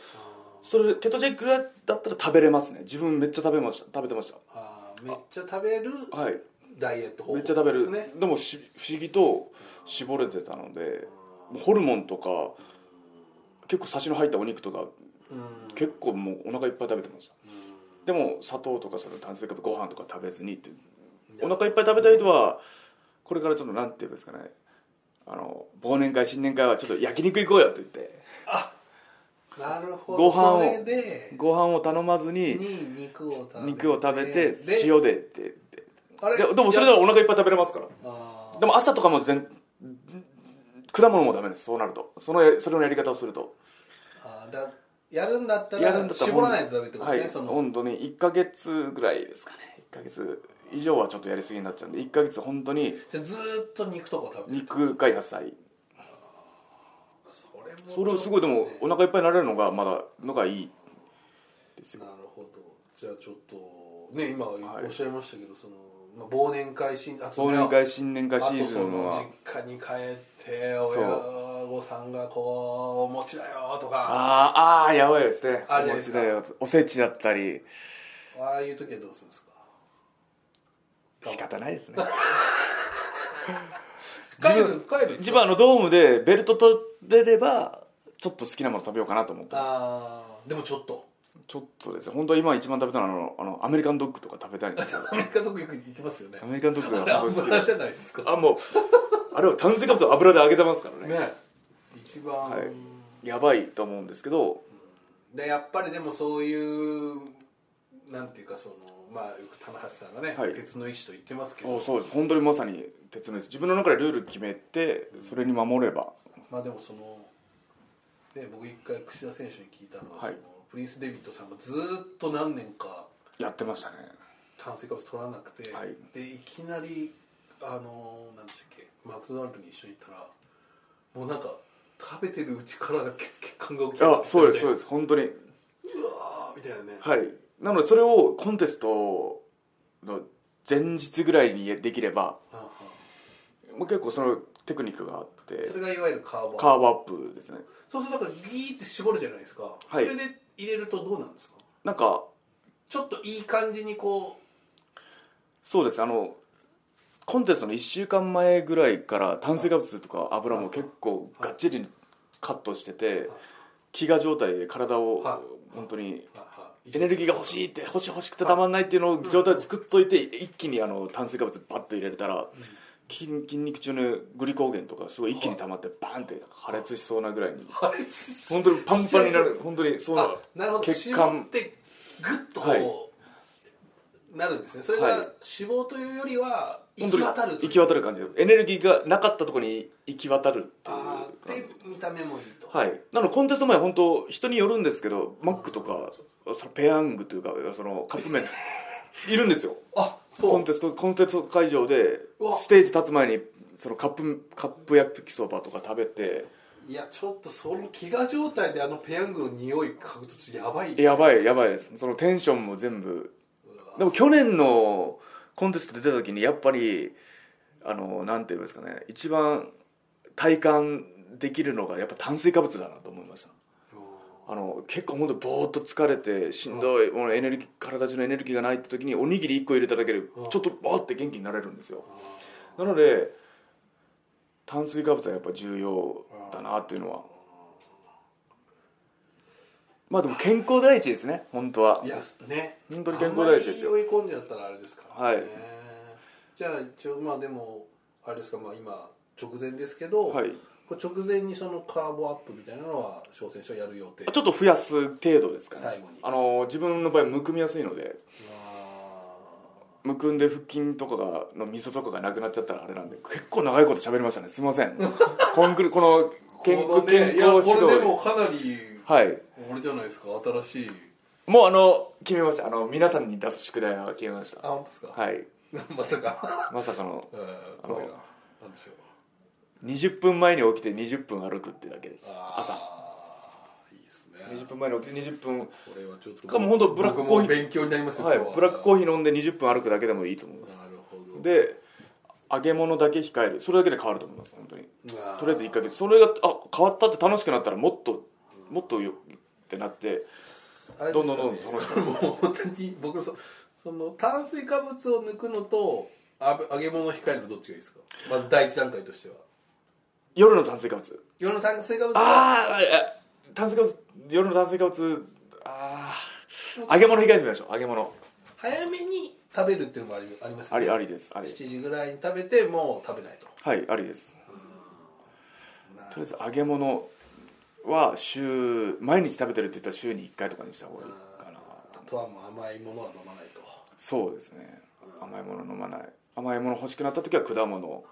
S2: ー
S1: それケトジェニックだったら食べれますね自分めっちゃ食べました食べてまし
S2: あーめっちゃ食べる
S1: たはい
S2: ダイエット方法
S1: めっちゃ食べる
S2: ですね
S1: でもし不思議と絞れてたのでホルモンとか結構サシの入ったお肉とか
S2: うん
S1: 結構もうお腹いっぱい食べてましたでも砂糖とかその炭水化物ご飯とか食べずにってお腹いっぱい食べたい人はこれからちょっとなんていうんですかねあの忘年会新年会はちょっと焼肉行こうよって言って
S2: なるほ
S1: ご
S2: ど
S1: 飯を
S2: それで
S1: ご飯を頼まずに
S2: に肉を食べて
S1: 肉を食べて
S2: で
S1: 塩でって言って
S2: あれ
S1: ででもそれならお腹いっぱい食べれますから
S2: あー
S1: でも朝とかも全果物もダメですそうなるとそのそれのやり方をすると
S2: あーだやるんだった
S1: や
S2: ら
S1: るんだったら
S2: 絞らないとダメってことですね、そ
S1: はい、
S2: の
S1: 本当に1か月ぐらいですかね1か月以上はちょっとやりすぎになっちゃうんで1か月本当に
S2: でずーっと肉とかを食べてる
S1: 肉か野菜
S2: それも
S1: それをすごいでもお腹いっぱいになれるのがまだのがいいですよ
S2: なるほどじゃあちょっとね今お
S1: はい
S2: っしゃいましたけど、その、まあ、忘年会シーズンあと
S1: 忘
S2: ね
S1: 年会新年
S2: あ
S1: 会
S2: と
S1: シー
S2: そ
S1: ズン
S2: の
S1: は
S2: 実家に帰って親御さんがこうお餅だよとか
S1: あーあーやばいですね
S2: ある
S1: お
S2: じゃないで
S1: 餅
S2: すか
S1: だよおせちだったり
S2: ああいう時はどうするんですか
S1: 仕方ないですね
S2: 帰深いです深いです
S1: 一番あのドームでベルト取れればちょっと好きなもの食べようかなと思ってます
S2: あーでもちょっと
S1: ちょっとですね本当は今一番食べたいのはあのあのアメリカンドッグとか食べたいん ですよ
S2: アメリカとかよく似てますよね
S1: アメリカンドッグ
S2: あれ
S1: が本当に好き
S2: 油
S1: で
S2: じゃないですか
S1: あもうあれは炭水化物を油で揚げてますからね
S2: ね一番、
S1: はいやばいと思うんですけど
S2: でやっぱりでもそういうなんていうかそのまあよく棚橋さんがね、
S1: はい
S2: 鉄の意志と言ってますけ
S1: お
S2: ど
S1: そうです本当にまさに鉄のです自分の中でルール決めてそれに守れば
S2: まあでもそのね僕一回櫛田選手に聞いたのは、
S1: はい
S2: そのプリンス・デビッドさんがずっと何年か
S1: やってましたね
S2: 炭水化物取らなくて、
S1: はい
S2: でいきなりあのーなんでしたっけマクドナルドに一緒に行ったらもうなんか食べてるうちから血血管が起き上が
S1: あ
S2: ってきた
S1: そうですそう
S2: み
S1: です本当に
S2: たいなうわーみたいなね、
S1: はいなのでそれをコンテストの前日ぐらいにできれば
S2: あは
S1: もう結構そのテクニックがあっ
S2: あ
S1: て
S2: それがいわゆるカーバー
S1: カーブアップですね
S2: そうするとなんかギーって絞るじゃないですか、
S1: はい
S2: それで入れるとどうなんですか
S1: なんか
S2: ちょっといい感じにこ
S1: そうですあのコンテストの1週間前ぐらいから炭水化物とか油も結構がっちりカットしてて飢餓状態で体を
S2: は
S1: 本当に
S2: うあ
S1: エネルギーが欲
S2: い
S1: しいって欲しい欲しくてたまんないっていうのを状態で作っといて一気にあの炭水化物バッと入れたら筋筋肉中のグリコーゲンとかすごい一気に溜まってバーンって破裂しそうなぐらいに
S2: 破裂
S1: 本当にパンパンになる本当にそうな
S2: あなるほど
S1: 血
S2: 脂
S1: 管
S2: 肪ってグッとこう、
S1: はい
S2: なるんですねそれが
S1: はい
S2: 脂肪というよりは
S1: 本
S2: 行
S1: 当
S2: き
S1: に
S2: 渡るとい
S1: 行
S2: う
S1: き渡る感じエネルギーがなかったところに行き渡るっていう
S2: あー
S1: 感じ
S2: で見た目もいいと、
S1: はい、なのでコンテスト前本当人によるんですけどマックとかそのペヤングというかそのカップ麺とかいるんですよ
S2: あそ
S1: コン
S2: う
S1: テストコンテスト会場で
S2: うわ
S1: ステージ立つ前にそのカップカップ焼きそばとか食べて
S2: いやちょっとその飢餓状態であのペヤングの匂い嗅ぐとちょっとやばい
S1: やばいやばいですそのテンションも全部
S2: うわ
S1: でも去年のコンテスト出た時にやっぱりあのなんていうんですかね一番体感できるのがやっぱ炭水化物だなと思いましたあの結構本当ぼーっと疲れてしんどい、もうエネルギー体中のエネルギーがないって時におにぎり1個入れただけでち
S2: うん
S1: ょっとバーって元気になれるんですよ
S2: あ
S1: なので炭水化物はやっぱ重要だなっていうのはまあでも健康第一ですね本当は
S2: ーいやね
S1: 本当に健康第一ですよ
S2: あんまり追い込んじゃったらあれですからね、
S1: はい
S2: じゃあ一応まあでもあれですか、まあ、今直前ですけど、
S1: はい
S2: これ直前にそのカーボアップみたいなのは小選手はやる予定
S1: ちょっと増やす程度ですかね
S2: 最後に
S1: あの自分の場合むくみやすいので
S2: あ
S1: むくんで腹筋とかがのみそとかがなくなっちゃったらあれなんで結構長いこと喋りましたねすいませ んこんぐるこの
S2: ー
S1: 健
S2: こ
S1: 康
S2: のね
S1: 健
S2: いや
S1: 康指
S2: これで
S1: 導
S2: もかなり
S1: はい
S2: 俺じゃないですか新しい
S1: もうあの決めましたあの皆さんに出す宿題は決めました
S2: あ本当ですか、
S1: はい
S2: まさか
S1: まさかの
S2: うん怖いななんでしょう
S1: 20分前に起きて20分歩くってだけです
S2: あー
S1: 朝
S2: いいです
S1: 20
S2: ね
S1: 分前に起きて20分
S2: これはちょっと
S1: かもう本当ブラックコーヒー
S2: 僕も勉強になりますよ、
S1: はい
S2: 今日は
S1: ブラックコーヒー飲んで20分歩くだけでもいいと思います
S2: なるほど
S1: で揚げ物だけ控えるそれだけで変わると思います本当に
S2: ま
S1: とりあえず1ヶ月それがあ変わったって楽しくなったらもっともっとよってなって
S2: あれで
S1: どん
S2: す
S1: どん
S2: かね
S1: どんどん楽しく
S2: これもう本当に僕のそその炭水化物を抜くのとあ揚げ物を控えるのどっちがいいですかまず第一段階としては
S1: 夜の炭水化物
S2: 夜の炭水化物は
S1: あーあ炭水化物夜の炭水化物ああ揚げ物控えてみましょう揚げ物
S2: 早めに食べるっていうのもありありますよ
S1: あ
S2: ね
S1: りありですあり
S2: 7時ぐらいに食べてもう食べないと
S1: はいありです
S2: な
S1: とりあえず揚げ物は週毎日食べてるって言ったら週に1回とかにした方がいいかな
S2: あとはもう甘いものは飲まないと
S1: そうですね甘いもの飲まない甘いもの欲しくなった時は果物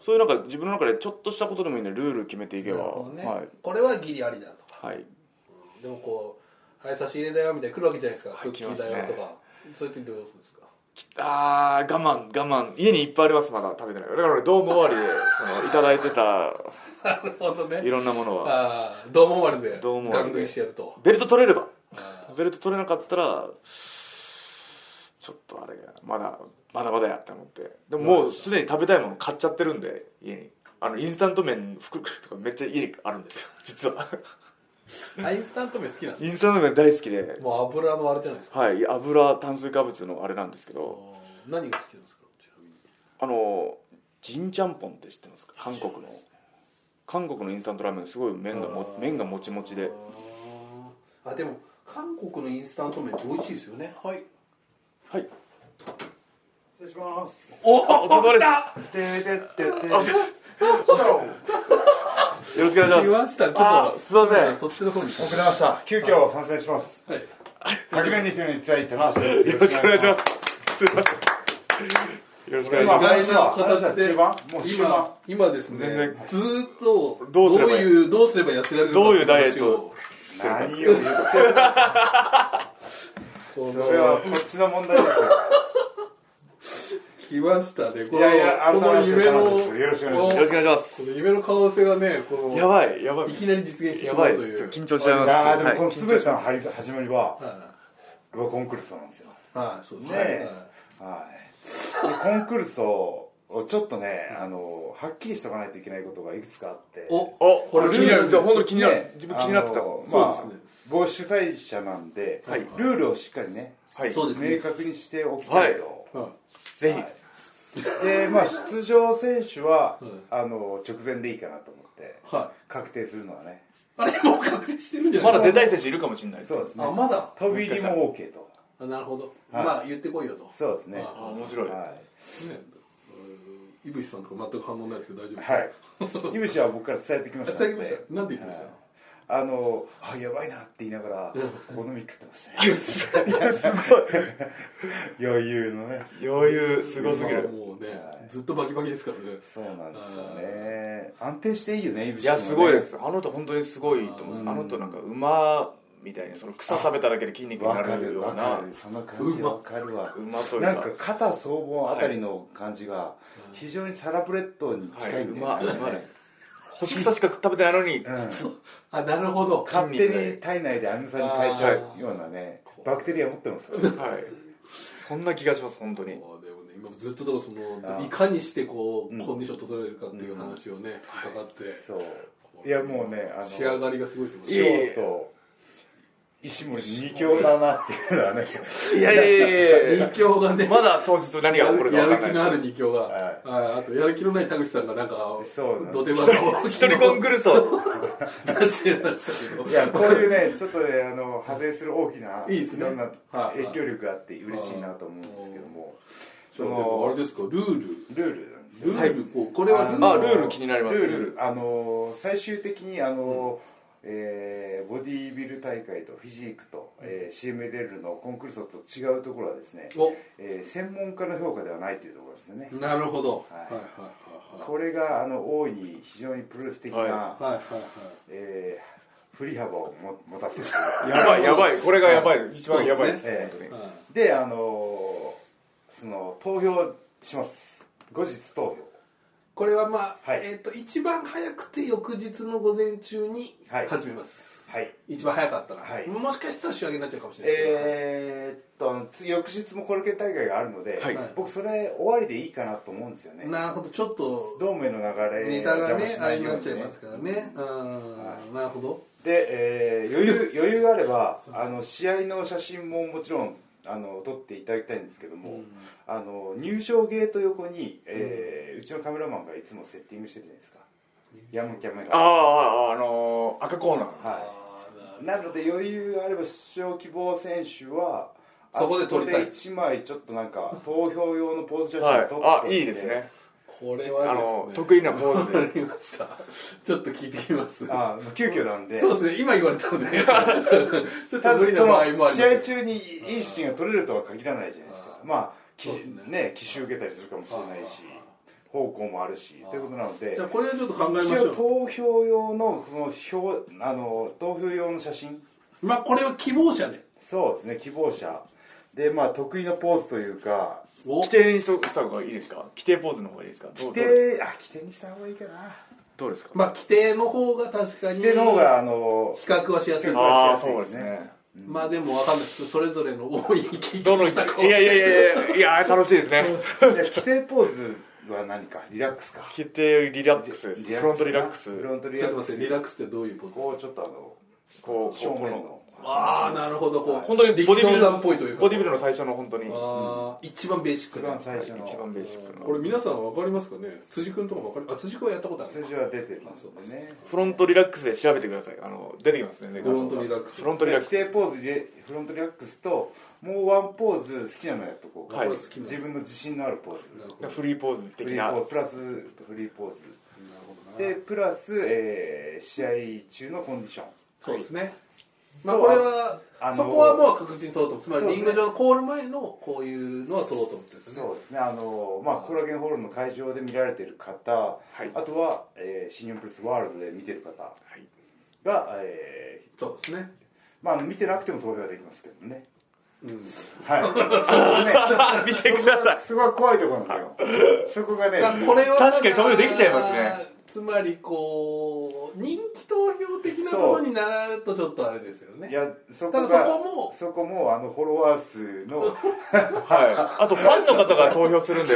S1: そういうなんか自分の中でちょっとしたことでもいいんでルール決めていけ
S2: な
S1: ば
S2: るほどね、
S1: はい
S2: これはギリありだとか
S1: はい
S2: でもこう「はい差し入れだよ」みたいに来るわけじゃないですか、
S1: はい
S2: クッキーだ
S1: 来
S2: よ
S1: ま
S2: と
S1: す
S2: か、そういう時どうする んですか
S1: あー我慢我慢家にいっぱいありますまだ食べてないだから俺ドーム終わりでそのいただいてた
S2: なるほどね
S1: いろんなものは
S2: ああどうも終わりで
S1: どうも終わ
S2: ガ
S1: り
S2: ン
S1: で
S2: 食いしてやる と
S1: ベルト取れれば
S2: あ
S1: ベルト取れなかったらちょっとあれがまだまだまだやって思ってでももうすでに食べたいもの買っちゃってるんで家にあのインスタント麺服とかめっちゃ家にあるんですよ 実は
S2: ーアインスタント麺好きなんです
S1: イ
S2: ね
S1: ンスタント麺大好きで
S2: もう油のあれじゃないですか
S1: はい油炭水化物のあれなんですけど
S2: 何が好きなんですかちなみに
S1: あのジンちゃんぽんって知ってますか韓国の韓国のインスタントラーメンすごい麺がも
S2: あー
S1: 麺がもちもちで
S2: あーあでも韓国のインスタント麺って美味しいですよねはい
S1: はい
S3: 失礼します
S1: おお疲れ様で
S3: ててててよっしゃお
S1: すよろしくお願いし
S2: 言
S1: ます
S2: わしたちょっと
S3: あすいません
S2: そっちの方に
S3: 遅れました急遽参戦します
S2: はい
S3: 革命にするについての話です
S1: よろしくお願いしますすいませんよろしくお願いします
S2: 意外な形で
S3: 話は中盤もう終盤
S2: 今今ですね
S1: 全然
S2: ずーっと
S1: どうすればいい
S2: いうどうすれば痩せられるか
S1: どういうダイエットを
S3: 何を言ってる
S2: そ
S3: それ
S2: の
S3: はこっちの問題です
S2: 来ましたねこ
S3: いやいや
S2: この
S3: 改め
S2: 夢
S3: て
S2: の
S3: よろしくお願いします
S1: よろしくお願いしま
S2: こ
S1: す
S2: の夢の可能性がねこの
S1: やばいやばい
S2: いきなり実現してし
S1: や
S2: ま
S1: ば
S2: う
S1: い
S2: と
S1: です
S2: い
S1: ちょ
S2: う
S1: っと緊張しちゃい
S3: よ
S1: ます
S3: あーでもこ
S1: は
S3: の全てのはり始まりは
S2: は
S3: 僕はコンクルートなんですよ
S2: いはいそうですね
S3: ねえはいでコンクルートをちょっとねあのはっきりしとかないといけないことがいくつかあって
S2: はいお
S1: いあこれ気にな
S2: ルール
S1: るじゃあ本当に気になる
S3: ね
S1: 自分気になってた
S3: あの
S1: そ
S3: まあ
S2: そうですね
S3: 僕主催者なんで
S1: はい
S3: ルールをしっかりね
S1: うはい
S2: そうですね
S3: 明確にしておきたいと
S2: はい
S1: ぜひ
S3: でまあ出場選手は
S2: うん
S3: あの直前でいいかなと思って
S2: はい
S3: 確定するのはね
S2: あれもう確定してるんじゃな
S1: まだ
S2: いです
S1: 出たい選手いるかもしれない
S3: そうです
S2: か
S3: ね
S2: あまだ
S3: 飛び入りも OK と
S2: あなるほど、
S3: はい
S2: まあ言ってこいよと
S3: そうですね
S1: あ
S2: あ
S1: 面白い
S3: は
S2: ねえいぶしさんとか全く反応ないですけど大丈夫
S3: い
S2: です
S3: はい井口は僕から伝えてきま
S2: か伝
S3: した
S2: えてきましたなんで言ってました、
S3: あのあやばいなって言いながらお好み食ってましたね 余裕のね
S1: 余裕すごすぎる
S2: もうねずっとバキバキですからね
S3: そうなんですよね安定していいよね井口君はね
S1: いやすごいですあの人本当にすごいと思うんです
S3: うん
S1: あの人なんか馬みたいにその草食べただけで筋肉にな
S3: わ
S1: れ
S3: か
S1: る
S3: る
S1: よ
S3: わ
S1: う
S3: か
S1: な
S3: るその感じわかるわ
S1: 馬という
S3: なん
S1: か
S3: か肩総合あたりの感じが非常にサラブレッドに近いんだよ
S1: はい馬
S3: ね
S1: 馬です干し草しか食べてないのに
S3: うん
S2: あなるほど
S3: 勝手に体内でアミノ酸に変えちゃうようなねバクテリア持ってます よ
S1: はいそんな気がします本当に
S2: もうでもね今ずっとだからそ
S3: あ
S2: の
S3: ー
S2: いかにしてこう
S3: うん
S2: コンディション整えるかっていう話をね伺って
S3: そういやもうねあの
S2: 仕上がりがすごいです
S1: い
S2: よ
S1: え
S3: ショーと石森二強だなっていうのはね
S1: いやいやいやいや
S2: 二強がね
S1: まだ当日何が
S2: や
S1: 起こる
S2: る
S1: か
S2: や
S1: 分
S2: る
S1: か
S2: 気
S1: ん
S2: のあ
S1: ない
S2: る二強が、
S3: はい
S2: ああとやる気のない田口さんがなんか
S3: そうなん
S2: 土手
S3: で
S2: 場の
S1: 一人コンクルート
S2: 出してましたけど
S3: いやこういうねちょっとねあの派生する大きない
S2: いですね
S3: ろんな
S2: はい
S3: 影響力があって嬉しいなと思うんですけども
S2: そうでもあれですかルール
S3: ルールなんですよ
S2: ルールこうこれはルール
S1: あルール気になります
S3: ルー
S1: ル
S3: ルあの最終的にあの、えーボディービル大会とフィジークと、えー CMLL のコンクルートと違うところはですね、えー専門家の評価ではないというところですよね、
S2: おなるほど、
S3: はい
S2: はいはい
S3: これがあの大いに非常にプロレス的な、
S1: は
S2: はいはいはいはい
S3: えー振り幅をも持たせてる
S1: やばいやばいこれがやばい一番やばいです
S3: そうですね
S1: 本当に
S2: はい
S3: であのーその投票します後日投
S2: これはまあ、
S3: はい
S2: えっ、と一番早くて翌日の午前中に
S3: はい
S2: 始めます、
S3: 票はい
S2: 一番早かったら、
S3: はい
S2: もしかしたら仕上げになっちゃうかもしれないですけど、
S3: えーっとあのつ翌日もコルケ大会があるので、
S1: はい
S3: 僕それ終わりでいいかなと思うんですよね
S2: なるほどちょっと
S3: 同盟の流れ
S2: ネタが
S3: を邪魔
S2: ね
S3: し
S2: あ
S3: な
S2: れ
S3: い
S2: に
S3: よう
S2: なっ
S3: に
S2: ちゃいますからねうん、なるほど
S3: で、えー余裕余裕があればあの試合の写真ももちろんあの撮っていただきたいんですけども、あの入場ゲート横に、えーうちのカメラマンがいつもセッティングしてるじゃないですかヤムキャメ
S1: ああ
S3: が
S1: あああのー赤コーナー
S3: は
S2: あーなるほ
S3: いなので余裕があれば出場希望選手は
S2: そこで撮りたい
S3: あそこで1枚ちょっとなんか投票用のポーズ写真を撮って
S1: はいあ
S3: おて
S1: いいですね
S2: どこれ
S1: あ
S2: は
S1: の
S2: ですね
S1: 得意なポーズで
S2: わかりましたちょっと聞いてみます
S3: あもう急遽なんで
S2: そうですね今言われたのでちょっと
S3: た
S2: 無
S3: だ
S2: 理な
S3: そ
S2: 場合もありま
S3: の
S2: す
S3: 試合中にいいシーンが取れるとは限らないじゃないですか
S2: あー
S3: まあ奇
S2: そうですね
S3: ね奇襲受けたりするかもしれないし方向もあるしということなので
S2: じゃあこれはちょっと考えまし
S3: 一
S2: ょ
S3: 応
S2: う
S3: 投票用のその票あの投票用の写真
S2: まあこれは希望者で
S3: そうですね希望者でまあ得意のポーズというか
S2: お
S1: 規定にしとした方がいいですか規定ポーズの方がいいですかどう
S3: 規定あ規定にした方がいいかな
S1: どうですか
S2: まあ規定の方が確かに
S3: 規定の方があの
S2: 比較はしやすい
S3: あ
S1: ああそうですね
S2: まあでもわかんないですそれぞれの多い聞
S1: どの
S2: した顔
S1: いやいやいやいやいや楽しい ですね
S3: で規定ポーズは何かリラックスか
S1: 決定リラックスですフロントリラックス
S3: フロントリ
S2: ち
S3: ラ
S2: ょっ
S3: ッ
S2: と
S3: ク
S2: 待っ
S3: ス
S2: てリラックスってどういうポーズ
S3: こうちょっとあの
S1: こう
S3: 正面
S1: こ
S3: の
S1: こ
S2: ああなるほどこう、
S1: 本当に
S2: 力
S1: ボディビ
S2: 道
S1: ル
S2: 山っぽいというか
S1: ボディビルの最初の本当に
S2: ああ一番ベーシッ
S3: 一
S2: クな
S3: 番最初の
S1: 一番ベーシック
S2: これ
S1: な
S2: 皆さんわかりますかね辻君とかもわかりあ辻君はやったことある
S3: 数字は出てるんで
S2: あそうか
S3: ね
S1: フロントリラックスで調べてくださいあの出てきますね
S2: フロントリラックス
S1: フロントリラック
S3: 規
S1: ス
S3: 定ポーズでフロントリラックスともうワンポーズ好きなのやっとこう、
S1: はい
S2: これ好きな
S3: 自分の自信のあるポーズ
S2: なるほどなる
S1: フリーポーズ
S3: フ
S1: 的
S3: リー
S1: な
S3: ポーズプラスフリーポーズ
S2: ほどな
S3: でプラス、えー試合中のコンディション
S2: そうですね、まあこれは
S3: あの
S2: そこはもう確実に取ろうと思ってつま
S3: そ
S2: り
S3: うです
S2: リン
S3: ね
S2: グ上のコール前のこういうのは取ろうと思ってるんですよ
S3: そう
S2: ね
S3: ですねあの、まあ、コラゲンホールの会場で見られてる方、
S1: い
S3: あとは、えー、新日本プロレスワールドで見てる方
S1: はい
S3: が、えー
S2: そうですね
S3: まあ、あの見てなくても投票はできますけどね
S2: うん
S3: はいそう
S1: あ見てください
S3: ねすごい怖いところなんだよそこがね
S2: まあこれは
S1: 確かに投票できちゃいますね
S2: つまりこう人気投票的なことになるとちょっとあれですよね
S3: いやそこが
S2: ただそこも
S3: そこもあのフォロワー 数の
S1: はいあとファンの方が投票するんで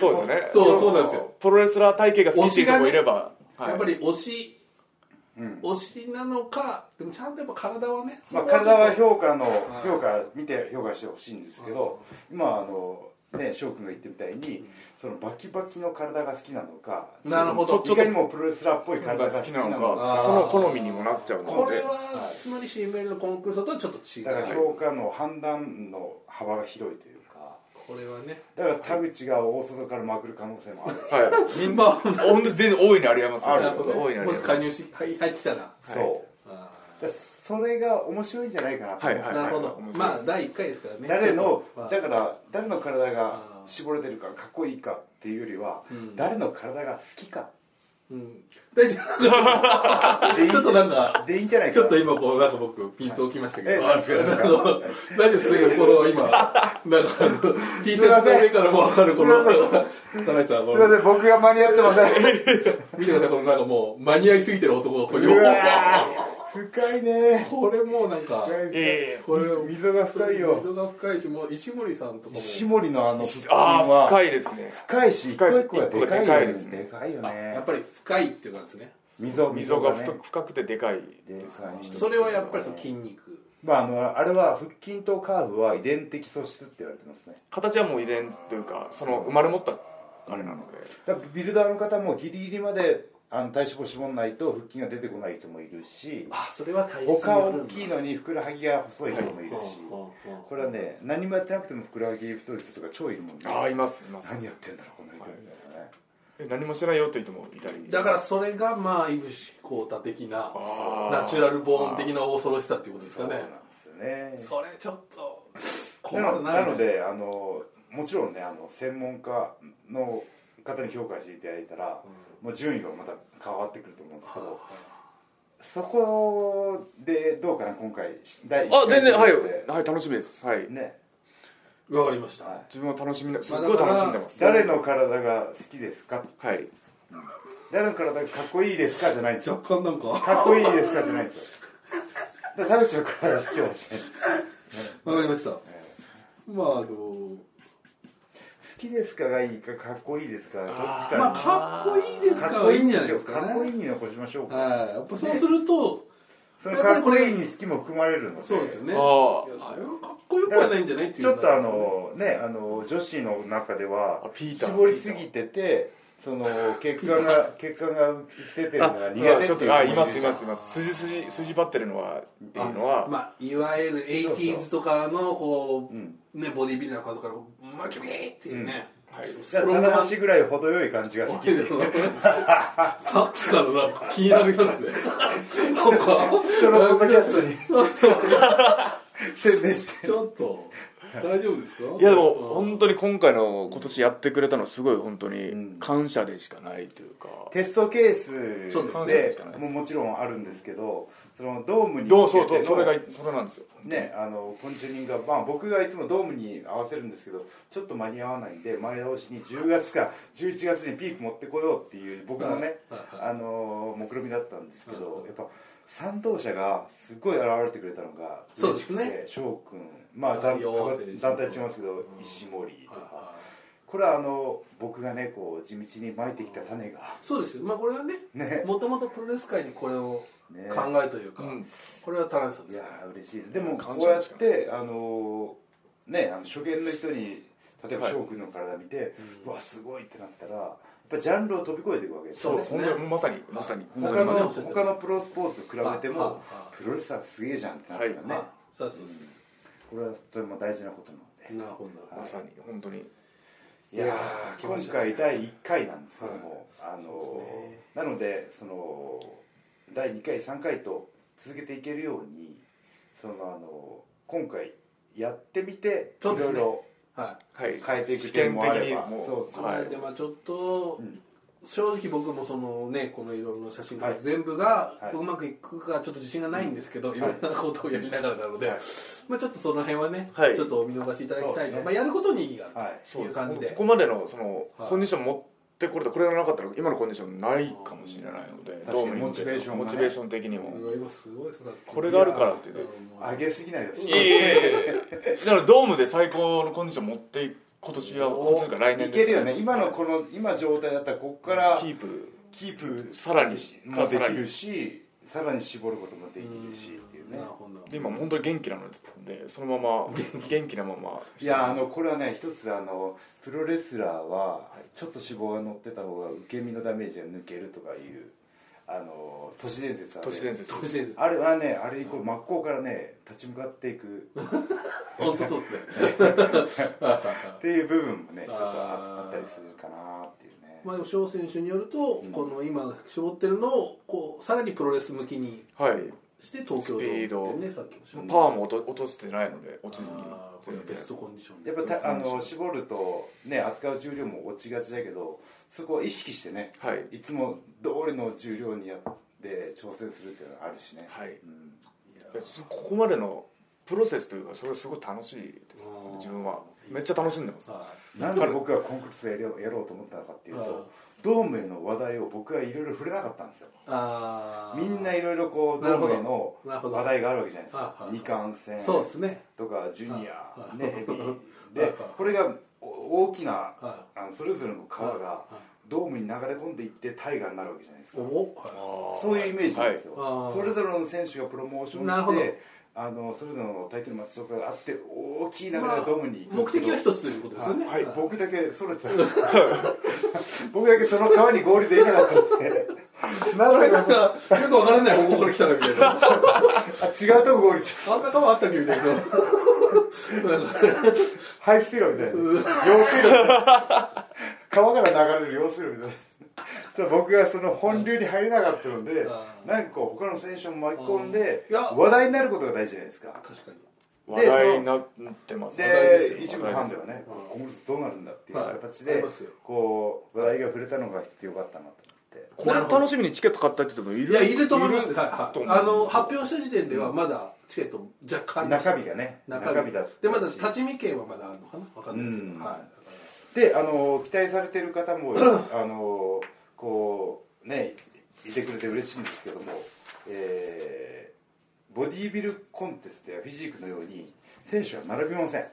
S1: そうですよね
S2: そうそうなんですよ
S1: プロレスラー体系が好きっていう人もいればはい
S2: やっぱり推し、
S3: うん
S2: 推しなのかでもちゃんとやっぱ体はね、
S3: まあ、体は
S2: ょ
S3: 評価の評価見て評価してほしいんですけど今あのね翔くんが言ってみたいにそのバキバキの体が好きなのか
S2: なるほど
S3: いかにもプロレスラーっぽい
S1: が
S3: 体が
S1: 好
S3: 好
S1: き
S3: き
S1: な
S3: な
S1: の
S3: の
S1: か
S3: か
S2: あー
S1: 好みにもなっちゃうので
S2: これは、つまり CML のコンクールとはちょっと違
S3: だから
S2: う
S3: 評価の判断の幅が広いというか
S2: これはね
S3: だから田口が大外からまくる可能性もある
S1: はいみんな
S2: ま
S1: 本当に全然大いにありえますよ
S3: あ
S2: な
S3: る
S2: るほど
S1: 大いにありえ
S2: も
S1: ま
S2: し
S1: す
S2: 加入し入入ってきたら
S1: はい
S3: そう
S2: あー
S3: だからそれが面白いんじゃないかなと思うんです
S1: はい
S3: よ
S2: なるほど、
S1: 面白い
S2: まあ第1回ですからね
S3: 誰の
S2: まあ
S3: だから誰の体が
S2: あー
S3: 絞れてるかかっこいいかっていうよりは
S2: うん
S3: 誰の体が好きか
S2: うん大丈夫
S3: でいい
S2: ちょっとなんか
S3: でいいんじゃないか
S2: ちょ
S3: な
S2: っと今こうなんか僕ピントをきましたけど、
S3: はい
S2: あーあの大丈夫ですかこの今なんかあの T シャツの上からも分かるこの田中さん
S3: す
S2: こ
S3: いま
S2: の
S3: せん僕が間に合ってません
S2: 見てくださいこのなんかもう間に合いすぎてる男がここに
S3: うわー深いね
S2: これもうなんか
S3: 深い
S1: いえいえ
S3: これ溝が深いよ
S2: 溝が深いしもう石森さんとかも
S3: 石森のあの
S1: ああ深い
S3: い
S1: ですね
S3: 深いし一個
S1: 深いし
S3: 一個がでか
S1: 一個一
S3: いよ
S1: 個がでかいですね
S3: でかいよ
S2: あ
S3: ね
S2: やっぱり深いっていうかですね
S3: 溝
S1: 溝が太
S3: ね
S1: く深くてでかいですね
S3: でかい
S1: 一つ
S2: それはやっぱりその筋肉
S3: まああのあれは腹筋とカーブは遺伝的素質って言われてますね
S1: 形はもう遺伝というかその生まれ持ったあれなので
S3: だからビルダーの方もギリギリまであの体脂肪絞んないと腹筋が出てこない人もいるし
S2: あそれは体質によ
S3: 他
S2: る
S3: 大
S2: んだ
S3: きいのにふくらはぎが細い人もいるし
S2: うんうんうん
S3: これはね何もやってなくてもふくらはぎ太い人とか超いるもんね
S1: ああいますいます
S3: 何やってんだろうこの人みたいなね
S1: え何もしてないよという人もいたり
S2: だからそれがまあ井伏浩太的な
S1: あー
S2: ナチュラルボーン的な恐ろしさっていうことですか
S3: そうなん
S2: ね
S3: ですよね
S2: それちょっと困
S3: な
S2: る
S3: の
S2: な
S3: なのであのもちろんねあの専門家の方に評価していただいたら、もう順位がまた変わってくると思うんですけど、そこでどうかな今回第一
S1: あ全然はい
S3: で
S1: はい楽しみですはい
S3: ね
S2: わかりました、
S3: はい
S1: 自分は楽しみなす
S2: まあ
S1: っ
S2: だ
S1: ごい
S2: から
S1: 楽しんでます
S3: 誰の体が好きですか
S1: はい
S3: 誰の体がかっこいいですかじゃないんですよ
S2: 若干なんか
S3: かっこいいですかじゃないんですよだから田口の体が好きかもしれな
S2: わ
S3: い
S2: かりました、まああの
S3: 好きですかがいいかかっこいいですかどっちか
S2: まあかっこいいですか
S3: からっこ
S2: い
S3: い
S2: い
S3: い
S2: ん
S3: に
S2: じ
S3: し
S2: ゃないで
S3: よう
S2: すか
S3: か
S2: ね
S3: っこいいに残しましょうか
S2: はいやっぱそうすると、
S3: そのかっこいいに好きも含まれるので
S2: そうですよね
S1: あー
S2: いやそれはかっこよくはないんじゃないっていう
S3: ちょっとあのねあの女子の中で
S1: あ
S3: は
S1: ピーター
S3: 絞りすぎててその血管が血管が出てるのが苦手っていう
S1: あちょっ
S3: 人も
S1: とあい
S3: る
S1: ますいますいます筋筋筋張ってるのはっていうのは
S2: まあ、いわゆる 80s とかのこう、
S3: うん
S2: ね、ボディビルダーの方からこうマキビーっていうね、
S1: うんはい
S2: ス
S3: じゃあ
S2: トロングマン
S3: 棚橋ぐらい程よい感じが好きで
S2: さっきからなんか気になりますねなんか
S3: そのポッドキャストに
S2: そうそう
S3: 宣伝して
S2: ちょっと大丈夫ですか
S1: いやでも本当に今回の今年やってくれたのはすごい本当
S3: うん
S1: に感謝でしかないというか
S3: テストケース
S2: そう
S1: で
S3: です
S1: ね
S3: もうもちろんあるんですけどそのドームに
S1: どう
S3: 向け
S1: そう
S3: て
S1: そうそれが
S3: の
S1: それなんですよ
S3: ねあのコンチューニングが、まあ、僕がいつもドームに合わせるんですけどちょっと間に合わないんで前倒しに10月か11月にピーク持ってこようっていう僕のね、
S2: はいはい
S3: あのー目論見みだったんですけど、
S2: はいはい
S3: やっぱ賛同者がすごい現れてくれたのが
S2: そうですね
S3: 嬉しくて翔くんまあ団
S2: 陽性者
S3: 団体違いますけど、
S2: うん
S3: 石森
S2: はい
S3: とか
S2: はい
S3: これはあの僕がねこう地道にまいてきた種が
S2: そうですよまあこれはね
S3: ね
S2: もともとプロレス界にこれを
S3: ね
S2: 考えというか、
S1: うん
S2: これは田辺さんで
S3: い
S2: す
S3: や
S2: か
S3: ー嬉しいですでもこ
S1: 感
S3: う
S1: 謝
S3: や
S1: で
S3: っ
S1: しか
S3: てあのーねあの初見の人に例えば
S1: はい
S3: 翔くんの体見て、
S2: う
S3: うわすごいってなったらやっぱジャンルを飛び越えていくわけですよ
S2: そう
S3: ね
S2: で
S1: 本当
S2: す
S1: にまさにまさに
S2: はい
S3: 他の
S2: まさに
S3: 他のプロスポーツと比べて
S2: ああ
S3: も
S2: あ
S3: プロレスラーすげえじゃんってなるからね、
S2: まあそうそうそう、
S3: これはとても大事なことなので
S2: なるほどなるほど
S1: まさに本当に
S3: いや
S2: 来
S3: ー
S2: まし
S3: 今
S2: たね
S3: 回第1回なんですけども、あ
S2: そう
S3: の
S2: ですね
S3: ーなのでその第2回3回と続けていけるようにそのあの今回やってみてい
S2: そうです
S3: ろ
S2: ね
S3: いろ
S2: はい
S1: はい
S3: 変えていく点もあれば
S1: 試験的にもう
S3: そうそう
S1: はい
S2: でまあちょっと、
S3: ん
S2: 正直僕もそのねこのいろいろな写真とか
S3: はい
S2: 全部が
S3: はいう
S2: まくいくかちょっと自信がないんですけど、い、ろんなことをやりながらなので、
S3: はい
S2: まあちょっとその辺はね、
S1: はい
S2: ちょっとお見逃しいただきたい
S3: そう
S2: と、
S3: ね
S2: まあやることに意義があ
S3: は
S2: る
S3: い
S2: という感じで、
S1: ここまでのその
S2: はい
S1: コンディション持ってこれたこれがなかったら今のコンディションないかもしれないので
S3: 確かに
S1: どう見ても
S3: モチベーションがね
S1: モチベーション的にも
S2: うわ今すごいですだって
S1: これがあるからっていうね
S2: あ
S3: 上げすぎないです
S1: いやいやいやいやだからドームで最高のコンディション持ってい今年は今年というか来年
S3: い
S1: です
S3: けるよね今のこの今状態だったらここから
S1: キープ
S3: キープ
S1: さらに
S3: もでき
S1: さらに
S3: るしさらに絞ることもできるしっていうね
S2: なるほど
S1: で今本当に元気なのでそのまま元気なまま
S3: いやあのこれはね一つあのプロレスラーはちょっと脂肪が乗ってた方が受け身のダメージが抜けるとかいうあの都市伝説ある
S1: 都市伝説
S2: 都市伝説
S3: あれはねあれにこう真っ向からね立ち向かっていく
S2: 本当そうですね
S3: っていう部分もねちょっ
S2: あ
S3: と
S2: ー
S3: ああったりするかなっていうね
S2: まあでも翔選手によると、この今絞ってるのをこうさらにプロレス向きに
S1: はい
S2: して東京ドームってねさっきも
S1: パ
S2: し
S1: ワ
S2: ま
S1: ー
S2: し
S1: も落と落としてないので落ちずに
S2: あーこれはベストコンディションで
S3: やっぱたあの絞るとね扱う重量も落ちがちだけどそこを意識してね
S1: はい
S3: いつも通りの重量にやって挑戦するっていうのがあるしね
S1: はい
S3: うん
S1: いやそここまでのプロセスというかそれすごい楽しいです
S2: うん
S1: 自分はめっちゃ楽しんでます
S2: は
S3: なんで僕がコンクルスやりよやろうと思ったのかっていうとドームへの話題を僕はいろいろ触れなかったんですよ
S2: いあー
S3: みんないろいろこうド
S2: なるほ
S3: ー
S2: ど
S3: ムへの
S2: なるほど
S3: 話題があるわけじゃないです
S2: はい
S3: か
S2: はい
S3: 二冠戦
S2: そうですね
S3: とかジュニア
S2: はい
S3: ね ヘビー
S2: はい
S3: でこれがお大きな
S2: は
S3: あのそれぞれの川が
S2: はい
S3: ドームに流れ込んでいって大河になるわけじゃないですか
S2: おお
S3: そういうイメージなんですよ、
S2: はいあー
S3: それぞれの選手がプロモーション
S2: なるほど
S3: してあのそれぞれのタイトルマッチとかがあって大きい流れ
S2: ま
S3: が
S2: あ
S3: ドームに行くんで
S2: 目
S3: すけ
S2: 的は一
S3: ど
S2: つということですよね
S3: はい、僕だけそれてたんです 僕だけその川に合流できなかったんで
S2: あれなんかよく分からない方向から来たなみたいな
S3: あ違うとこ合流し
S2: あんな顔あったっけみたいななんか
S3: 排水路みたいな用水路です川から流れる用水路みたいなそう僕がその本流に入れなかったので
S2: あー
S3: なんかこう他の選手も巻き込んで
S2: うんいや
S3: 話題になることが大事じゃないですか
S2: 確かに
S1: 話題になってます
S2: 話題です
S3: で
S2: よ
S3: 一部のファンではね
S2: うん
S3: 今後どうなるんだっていう形
S2: はいあ
S3: で
S2: りますよ
S3: こう話題が触れたのが必要かったなと思って
S1: これ楽しみにチケット買ったって人もいる
S2: いやいると思います
S1: る
S2: はいはい
S1: と思う
S2: あの発表した時点ではまだチケット若干ありました
S3: 中日がね中
S2: 中
S3: 日
S2: 日
S3: だったし
S2: でまだ立ち見券はまだあるのかな分かんないですけ
S3: うん
S2: どはい
S3: であの期待されてる 方もあのこうねいてくれて嬉しいんですけども、えーボディービルコンテストやフィジークのように選手は並びません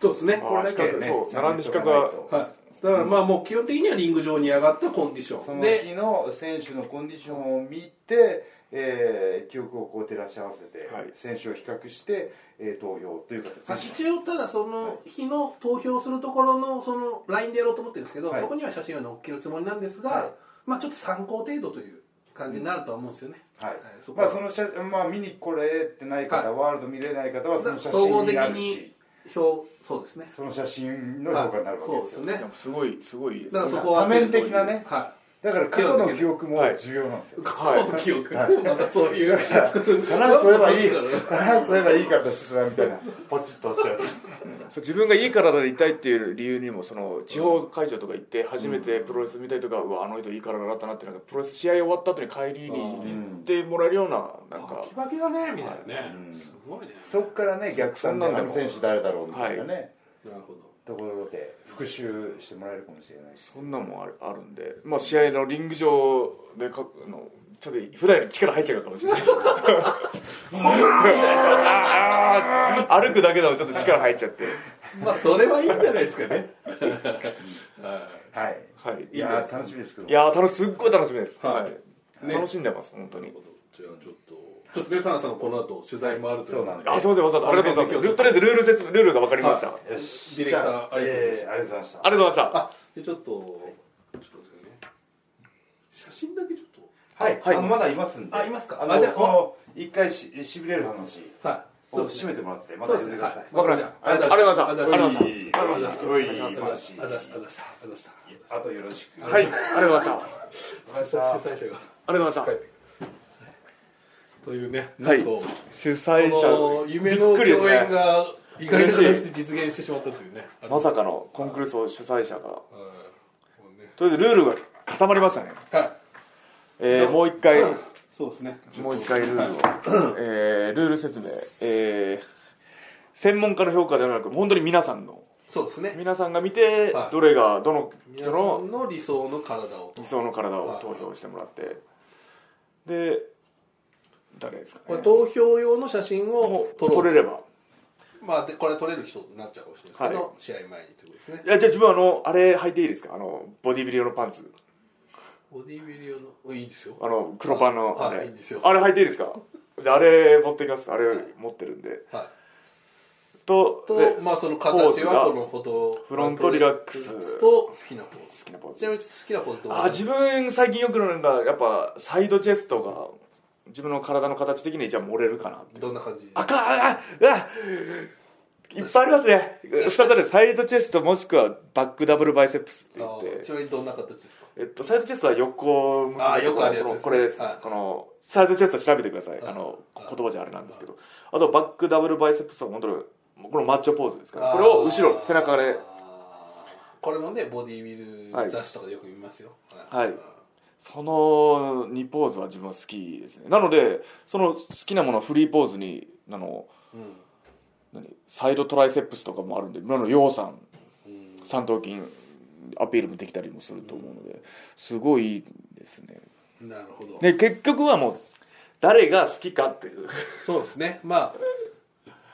S2: そうですね
S1: あ
S3: これだけ、
S1: 比
S3: ね、
S1: 較そう並んで比較
S3: は
S1: が
S2: はい、だからまあもう基本的にはリング上に上がったコンディショ
S3: そ
S2: ン
S3: の
S2: で
S3: 日の選手のコンディションを見て、えー記憶をこう照らし合わせて、
S1: はい
S3: 選手を比較して、えー投票という形にします
S2: 一応ただその日の投票するところのそのラインでやろうと思ってるんですけど、
S3: はい
S2: そこには写真は載っけるつもりなんですが、
S3: はい
S2: まあちょっと参考程度という感じになるとは思うんですよね、
S3: はい
S2: そこ
S3: ま
S2: は
S3: あ、その写まあ見に来れてない方、
S2: はい
S3: ワールド見れない方はその写
S2: 総合
S3: 真
S2: 的
S3: になる
S2: に
S3: し
S2: 表そうですね
S3: その写真の評価になるわけですよ
S2: はいそうですよ
S1: い
S2: ね
S1: やすごいすごいです
S2: だからそこは
S3: 多面的なね
S2: は
S3: だから過去の記憶も重要なんです
S2: い
S3: よ。
S2: 過去の記憶、またそういう
S3: 話すといえ ば いい、
S2: そうですか
S3: 話すといえばいいからですみたいな、 ポチッと押しちゃう。
S1: そう自分がいい体でいたいっていう理由にもその地方会場とか行って初めてプロレス見たりとか、うわあの人いい体だったなってなんかプロレス試合終わった後に帰りに行ってもらえるようななんか
S2: バキバキだねみたいなね、
S3: うん
S2: すごいね
S3: そこからね、逆算で、
S1: そんなん
S3: あ
S1: でも
S3: の選手誰だろうみたいなね、
S2: なるほど
S3: ところで復習してもらえるかもしれないし。
S1: そんなもんあるあるんで、まあ、試合のリング上でかあのちょっと普段より力入っちゃうかもしれないあー歩くだけでもちょっと力入っちゃって
S2: まあそれはいいんじゃないですかね。はい
S3: はい。
S1: はい
S3: いやー、楽しみですけど。
S1: いやー楽しすっごい楽しみです、
S2: はい
S1: はい楽しんでます本当に
S2: ちじゃあちょっとちょっとベタナさんがこの後取材もあるとい
S3: そうなんで
S1: あすみませんわざわざありがとうございますとりあえずルール説明ルールが分かりました、
S3: よし
S2: ディレクター
S3: じゃ
S2: ありがとうございます
S3: えーありがとうございました
S1: ありがとうございました
S2: あでちょっとちょっとですよね写真だけちょっ
S3: はい、
S1: はい
S3: あのまだいますんで
S2: あいますか
S3: あの
S2: あじゃあ
S3: この一回ししびれる話
S2: とはい
S3: を
S2: です
S3: 締め
S2: ね
S3: てもらってま
S2: そ
S3: た
S2: うですね
S3: 呼んでく
S2: は
S3: だ
S2: い
S3: さ
S1: わか
S3: い
S1: りました
S2: ありがとうございました
S1: ありがとうございました
S2: ありがとうございました
S3: お
S2: あり
S3: い
S2: がとうございますありがとうござい
S3: おい
S2: ますありがとうございますありがとうございます
S3: あとよろしく
S1: はいありがとうございました
S2: 主催者が
S1: ありがとうございまして
S2: 帰っくるというね、
S1: はい
S2: なんとこ
S1: た主催
S2: の
S1: 者
S2: 夢の
S1: びっくりです
S2: 共
S1: ね
S2: 演が意外な
S1: 嬉
S2: 話
S1: し
S2: で実現してしまったというね
S1: まさ
S2: か
S1: かのコンクルール主催者が
S2: はいもうね
S1: とりあえずルールが固まりましたね、
S2: はい
S1: えーもう一回
S2: そうですね
S1: もう一回ルールを、えールール説明、えー専門家の評価ではなく本当に皆さんの
S2: そうですね
S1: 皆さんが見て
S2: はい
S1: どれがどの
S2: 皆
S1: 人
S2: さ
S1: の
S2: んの理想の体を
S1: 理想の体を投票してもらってで誰ですか
S2: これ
S1: ね
S2: 投票用の写真
S1: も
S2: を
S1: う
S2: 撮ろう
S1: 取れれば
S2: まあでこれ撮れる人になっちゃうかもしれないですけど、
S1: はい
S2: 試合前にということですね
S1: いやじゃあ自分あのあれ履いていいですかあのボディビリ用のパンツ
S2: ボディビリ用のうんいいですよ
S1: あの黒パンの
S2: あ
S1: あ
S2: あい
S1: れ
S2: いですよ
S1: あれ履いていいですかじゃああれ持ってきますあれ持ってるんで
S2: は
S1: と
S2: いと
S1: で
S2: まあその
S1: ポーズ
S2: 形
S1: が
S2: はこのフォト
S1: フロントリラックス
S2: と好きなポーズ
S1: 好きなポー
S2: ち
S1: ズ
S2: なみに好きなポーズと
S1: あ自分最近よくなんかやっぱサイドチェストが自分の体の形的にじゃあ漏れるかなって
S2: どんな感じ
S1: 赤あああいっぱいありますね2つあるサイドチェストもしくはバックダブルバイセップスって言
S2: あ
S1: っ
S2: ち
S1: て、
S2: なみにどんな形ですか
S1: えっと、サイドチェストは横向き
S2: あ
S1: の
S2: ーよくあるやつ
S1: この
S2: ですね
S1: これです、
S2: はい
S1: このサイドチェスト調べてください、
S2: はい
S1: あの
S2: はい
S1: 言葉じゃあれなんですけど、あとバックダブルバイセップスは本当にこのマッチョポーズですから
S2: あー
S1: これを後ろ背中で
S2: これもねボディビル
S1: はい
S2: 雑誌とかでよく見ますよ
S1: はいその2ポーズは自分は好きですねなのでその好きなものはフリーポーズにあの
S2: うん
S1: 何サイドトライセップスとかもあるんでなのようさん
S2: うん
S1: 三頭筋アピールもできたりもすると思うのですごいいいですね
S2: なるほど
S1: で結局はもう誰が好きかっていう
S2: そうですねまあ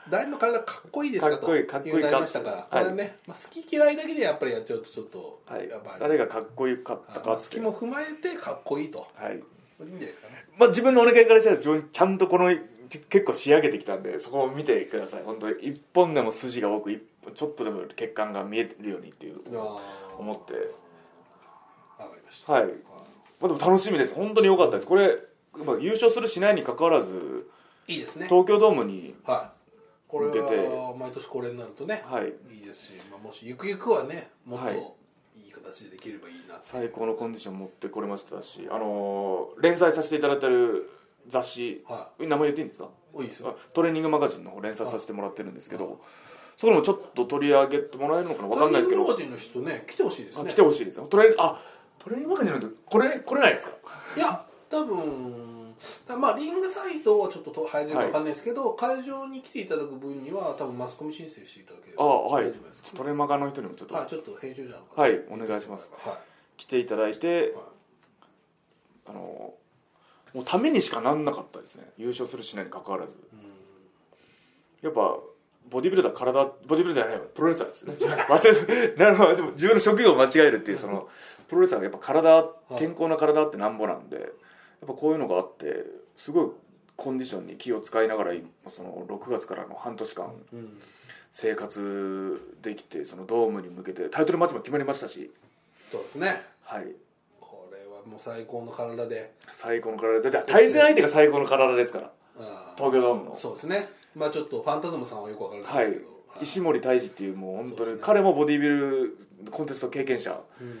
S2: 誰の体かっこいいですか
S1: かっこいいかっ
S2: と
S1: こいい
S2: いうなりましたからこ
S1: はい
S2: れねまあ好き嫌いだけでやっぱりやっちゃうとちょっと
S1: はい
S2: やっぱり
S1: 誰がかっこよかっ
S2: あ
S1: た
S2: ま
S1: か
S2: あ
S1: っ
S2: 好
S1: てい
S2: き
S1: う
S2: も踏まえてかっこいいと
S1: はい
S2: いいんじゃないですかね
S1: まあ、自分のお願いからしたら自分ちゃんとこのち結構仕上げてきたんでそこを見てください本当に一本でも筋が多く一本ちょっとでも血管が見えるようにっていう思
S2: 思
S1: って
S2: わかりました
S1: はいまあ、でも楽しみです本当に良かったですこれ、まあ、優勝するしないにかかわらず
S2: いいですね
S1: 東京ドームに
S2: はいこれ
S1: 向けて
S2: は毎年恒例になるとね
S1: はい
S2: いいですし、まあ、もしゆくゆくはねもっ
S1: は
S2: と
S1: い
S2: いい形でできればいいなって、
S1: 最高のコンディション持ってこれましたし、あのー連載させていただいてる雑誌
S2: は
S1: 名前言っていいんですか
S2: い、多いですよ
S1: トレーニングマガジンの方連載させてもらってるんですけ
S2: はい
S1: どそこでもちょっと取り上げてもらえるのかなわかんないですけ
S2: タイミングマ
S1: ど
S2: ガジンの人ね来てほしいです
S1: あ
S2: ね
S1: 来てほしいですよトレあトレーニングマガジンなんてこれこれないですか
S2: いや多分たまあリングサイトはちょっとと入れるかわかんないですけど、会場に来ていただく分には多分マスコミ申請していただけれ
S1: あ
S2: ば
S1: はい
S2: 大丈夫です
S1: トレマガの人にもちょっと
S2: はいちょっと編集者の方
S1: はいお願いします
S2: は
S1: 来ていただい
S2: い、
S1: て
S2: はい
S1: あのーもうためにしかなんなかったですね優勝するしないにかかわらず
S2: うん
S1: やっぱボディビルダー体ボディビルダーじゃないわプロレスラーですね 忘れてなるほどでも自分の職業を間違えるっていうそのプロレスラーがやっぱ体
S2: い
S1: 健康な体ってなんぼなんでやっぱこういうのがあってすごいコンディションに気を使いながらその6月からの半年間
S2: うん
S1: 生活できてそのドームに向けてタイトルマッチも決まりましたし、
S2: そうですね
S1: はい、
S2: これはもう最高の体で
S1: 最高の体でだって対戦相手が最高の体ですから
S2: あー
S1: 東京ドームの
S2: そうですねまあちょっとファンタズムさんはよくわからな
S1: はいい
S2: ですけど、はい、
S1: 石森泰治っていうもう本
S2: そ
S1: 当
S2: うで
S1: に、
S2: すね
S1: 彼もボディビルコンテスト経験者
S2: うん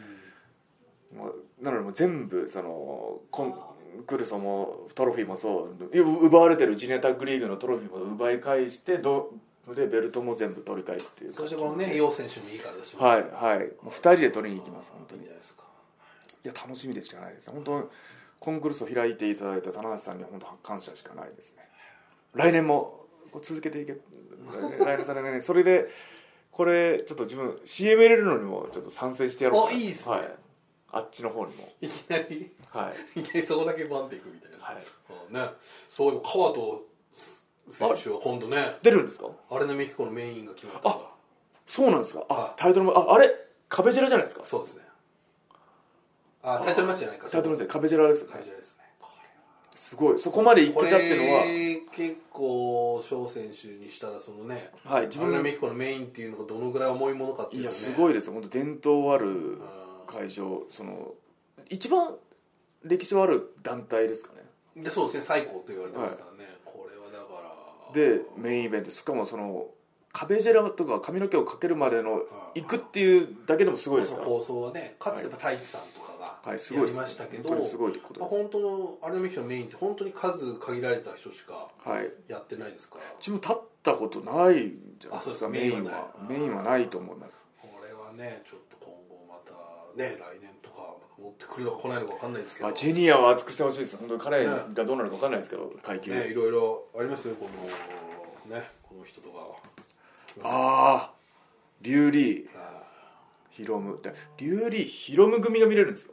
S1: もうなのでもう全部そのコンクルソもトロフィーもそういやう奪われてるジネタグリーグのトロフィーも奪い返してどでベルトも全部取り返すっていう
S2: そしてこのね、楊選手もいいからだし、
S1: はいはいもう2人で取りに行きます本当
S2: いい
S1: に
S2: ん
S1: い
S2: じゃないですか。
S1: や楽しみでしかないです本当コンクルソ開いていただいた棚橋さんには本当感謝しかないですね来年もこう続けていけ来年再来年それでこれちょっと自分 CM 入れるのにもちょっと参戦してやろうかな
S2: おいいっすね
S1: はい、あっちの方にも
S2: いきなり、
S1: はい
S2: いきなりそこだけバンっていくみたいな。
S1: はい
S2: そうね、そういえば、川と選手は今度ね、
S1: 出るんですか
S2: 荒波彦のメインが決まったか
S1: そうなんですか。
S2: はい。。
S1: あ、タイトルも、あ、あれ、壁ジェラじゃないですから
S2: そうですね。あ、タイトルマッチじゃないか。
S1: タイトルもじ
S2: じ
S1: ゃない、壁ジェラですよ
S2: ゃない。タイ
S1: ね
S2: トル。ですね。
S1: すすごいそこまで行
S2: こ
S1: けたっていうのは
S2: れ結構翔選手にしたらそのね
S1: はい自
S2: 自
S1: 分
S2: 分
S1: の
S2: のメヒコのメインっていうのがどのぐらい重いものかっていう
S1: い
S2: の
S1: や
S2: ね
S1: すご
S2: い
S1: いですよ本当伝統ある会場その一番歴史はある団体ですかね
S2: でそうですね最高と言われてますからね、これはだから
S1: でメインイベントしかもその壁ジェラとか髪の毛をかけるまでの
S2: い
S1: 行くっていうだけでもすごいです
S2: そ
S1: か
S2: の
S1: ら
S2: 構想はねかつてやっぱ太一さんとかが
S1: はい
S2: や
S1: すごいで
S2: り
S1: す
S2: ましたけど、
S1: 本当にすごいこと
S2: まあ、
S1: で
S2: 本当のアルミヒコのメインって本当に数限られた人しか
S1: すはい
S2: やってないですから
S1: うちも立ったことないんじゃないですか
S2: あそうです
S1: メインは
S2: メ
S1: メ
S2: インはない
S1: インはないと思います
S2: これはねちょっと今後またね来年とか持ってくるのか来ないのか分かんないですけど
S1: まあジュニアは熱くしてほしいです本当に彼がどうなるか分かんないですけど階級
S2: ねいろいろありますよこのねこの人とかは
S1: ああリュウリー
S2: あ
S1: ヒロムでリュウリーヒロム組が見れるんですよ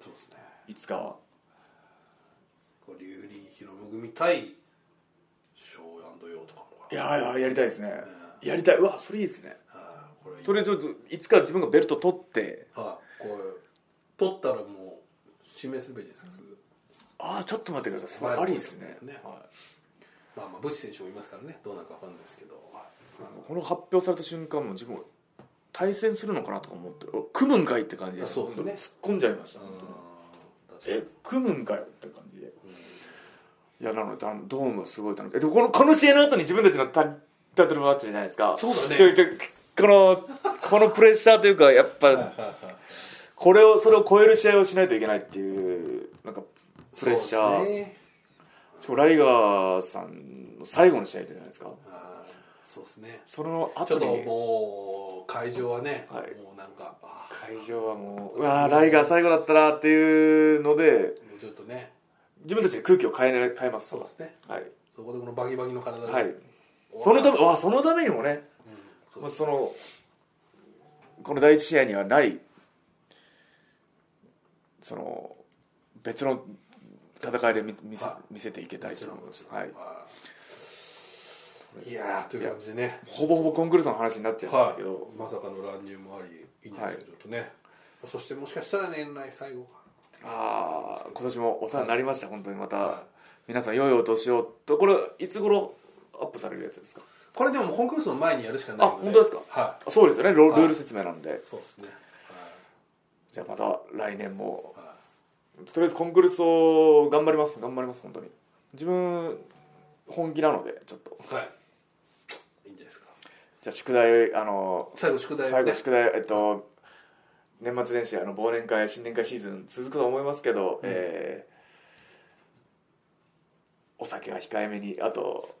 S2: ーそうですね
S1: いつかは
S2: こうリュウリーヒロム組対ショーアンドヨーとかも
S1: いやいややりたいですねやりたいうわそれいいですね
S2: あーこれ
S1: それちょっといつか自分がベルト取って
S2: はいこれ取ったらもう指名するべきですよすぐ
S1: ああちょっと待ってくださいそれ
S2: 前の
S1: ありですね
S2: 方ですね
S1: はい
S2: まあまあブシ選手もいますからねどうなるか分かんないですけど
S1: この発表された瞬間も自分対戦するのかなとか思ってお組むんかいって感じで
S2: あそうですね
S1: 突っ込んじゃいました
S2: う
S1: 本当に
S2: ん確かに
S1: え組むんかよって感じで
S2: うん
S1: いやなのであのドームはすごい楽しいえでもこのこの試合の後に自分たちのタタイトルマッチじゃないですか
S2: そうだ ね
S1: ででこのこのプレッシャーというかやっぱこれをそれを超える試合をしないといけないっていうなんかプレッシャ
S2: そう
S1: ー、
S2: ですね
S1: しかもライガーさんの最後の試合じゃないですか
S2: あーそうですね
S1: その
S2: ちょ
S1: 後
S2: っと
S1: に
S2: もう会場はね、
S1: はい
S2: もうなんかあー
S1: 会場はもううわーライガー最後だったなっていうので
S2: もうちょっとね
S1: 自分たちで空気を変え,、ね、変えます
S2: そうですね
S1: はい、
S2: そこでこのバギバギの体で、
S1: は
S2: う
S1: い
S2: ん、
S1: そのためわあそのためにもね
S2: そう
S1: まあ、
S2: です
S1: そのこの第一試合にはないその別の戦いで見見せ
S2: は
S1: 見せていけた
S2: も
S1: い
S2: ち
S1: と
S2: ろん
S1: 思い
S2: も
S1: ま
S2: ち
S1: す、
S2: ろん
S1: はい、
S2: いやーという感じでね
S1: ほぼほぼコンクルールの話になっちゃいましたけど、
S2: まさかの乱入もありいいんじゃないですか、ちょっとねそしてもしかしたら年内最後か
S1: ああ今年もお世話になりました、本当にまた、
S2: な、
S1: 皆さん良いお年をとこれいつ頃アップされるやつですか
S2: これでもコンクルールの前にやるしかないので
S1: あ本当ですか
S2: はい
S1: そうですよねル
S2: はい
S1: ルール説明なんで、
S2: そうですね
S1: じゃあまた来年も
S2: はい、はい
S1: とりあえずコンクルールを頑張ります頑張ります本当に自分本気なのでちょっと
S2: はい。いいんじゃないですか。
S1: じゃあ宿題あの
S2: 最後宿題
S1: 最後
S2: ね。
S1: 宿題えっと年末年始あの忘年会新年会シーズン続くと思いますけど、えーお酒は控えめにあと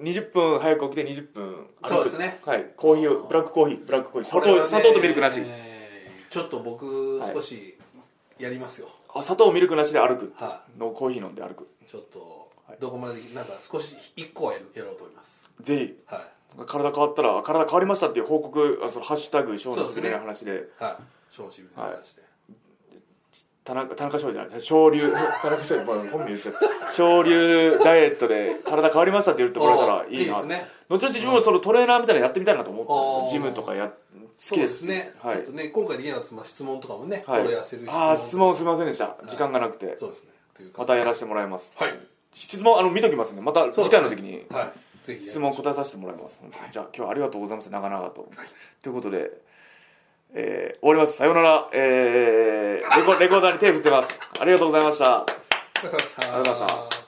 S1: 20分早く起きて20分歩く
S2: そうですね
S1: はいコーヒーをブラックコーヒーブラックコーヒー砂
S2: これは
S1: 糖砂
S2: ね
S1: 糖とミルクなし、
S2: ちょっと僕
S1: はい
S2: 少しやりますよ。
S1: あ砂糖ミルクなしで歩く
S2: は
S1: のコーヒー飲んで歩く
S2: い。ちょっと
S1: はい
S2: どこまでなんか少し一個はやろうと思います。
S1: ぜひ
S2: は
S1: 体変わったら体変わりましたっていう報告あそのハッシュタグショーのすすめの話で
S2: い。はい。正直な話で。
S1: 田中田中翔じゃない昇竜 田中翔もう本名言っちゃった昇竜ダイエットで体変わりましたって言ってもらえたらいいな
S2: おーいいですね
S1: 後々自分もそのトレーナーみたいなのやってみたいなと思
S2: お
S1: っ
S2: ー
S1: てジムとかや好
S2: そ
S1: き
S2: う
S1: で
S2: ですすね。
S1: はい
S2: ちょっとね今回できなかったまあ質問とかもね、
S1: はい
S2: これ痩せる
S1: ああ質問すみませんでした時間がなくて
S2: そうですね。という
S1: ま
S2: か。
S1: たやらせてもらいます
S2: はい。
S1: 質問あの見ときますんでまた
S2: そう
S1: 次回の時に
S2: はい。ぜひ
S1: 質問答えさせてもらいます本当にじゃあ今日はありがとうございます長々とということでえー終わりますさようならえーレコレコーダーに手振ってますありがとうございました
S2: ありがとうございまし
S1: ありがとうございま
S2: た。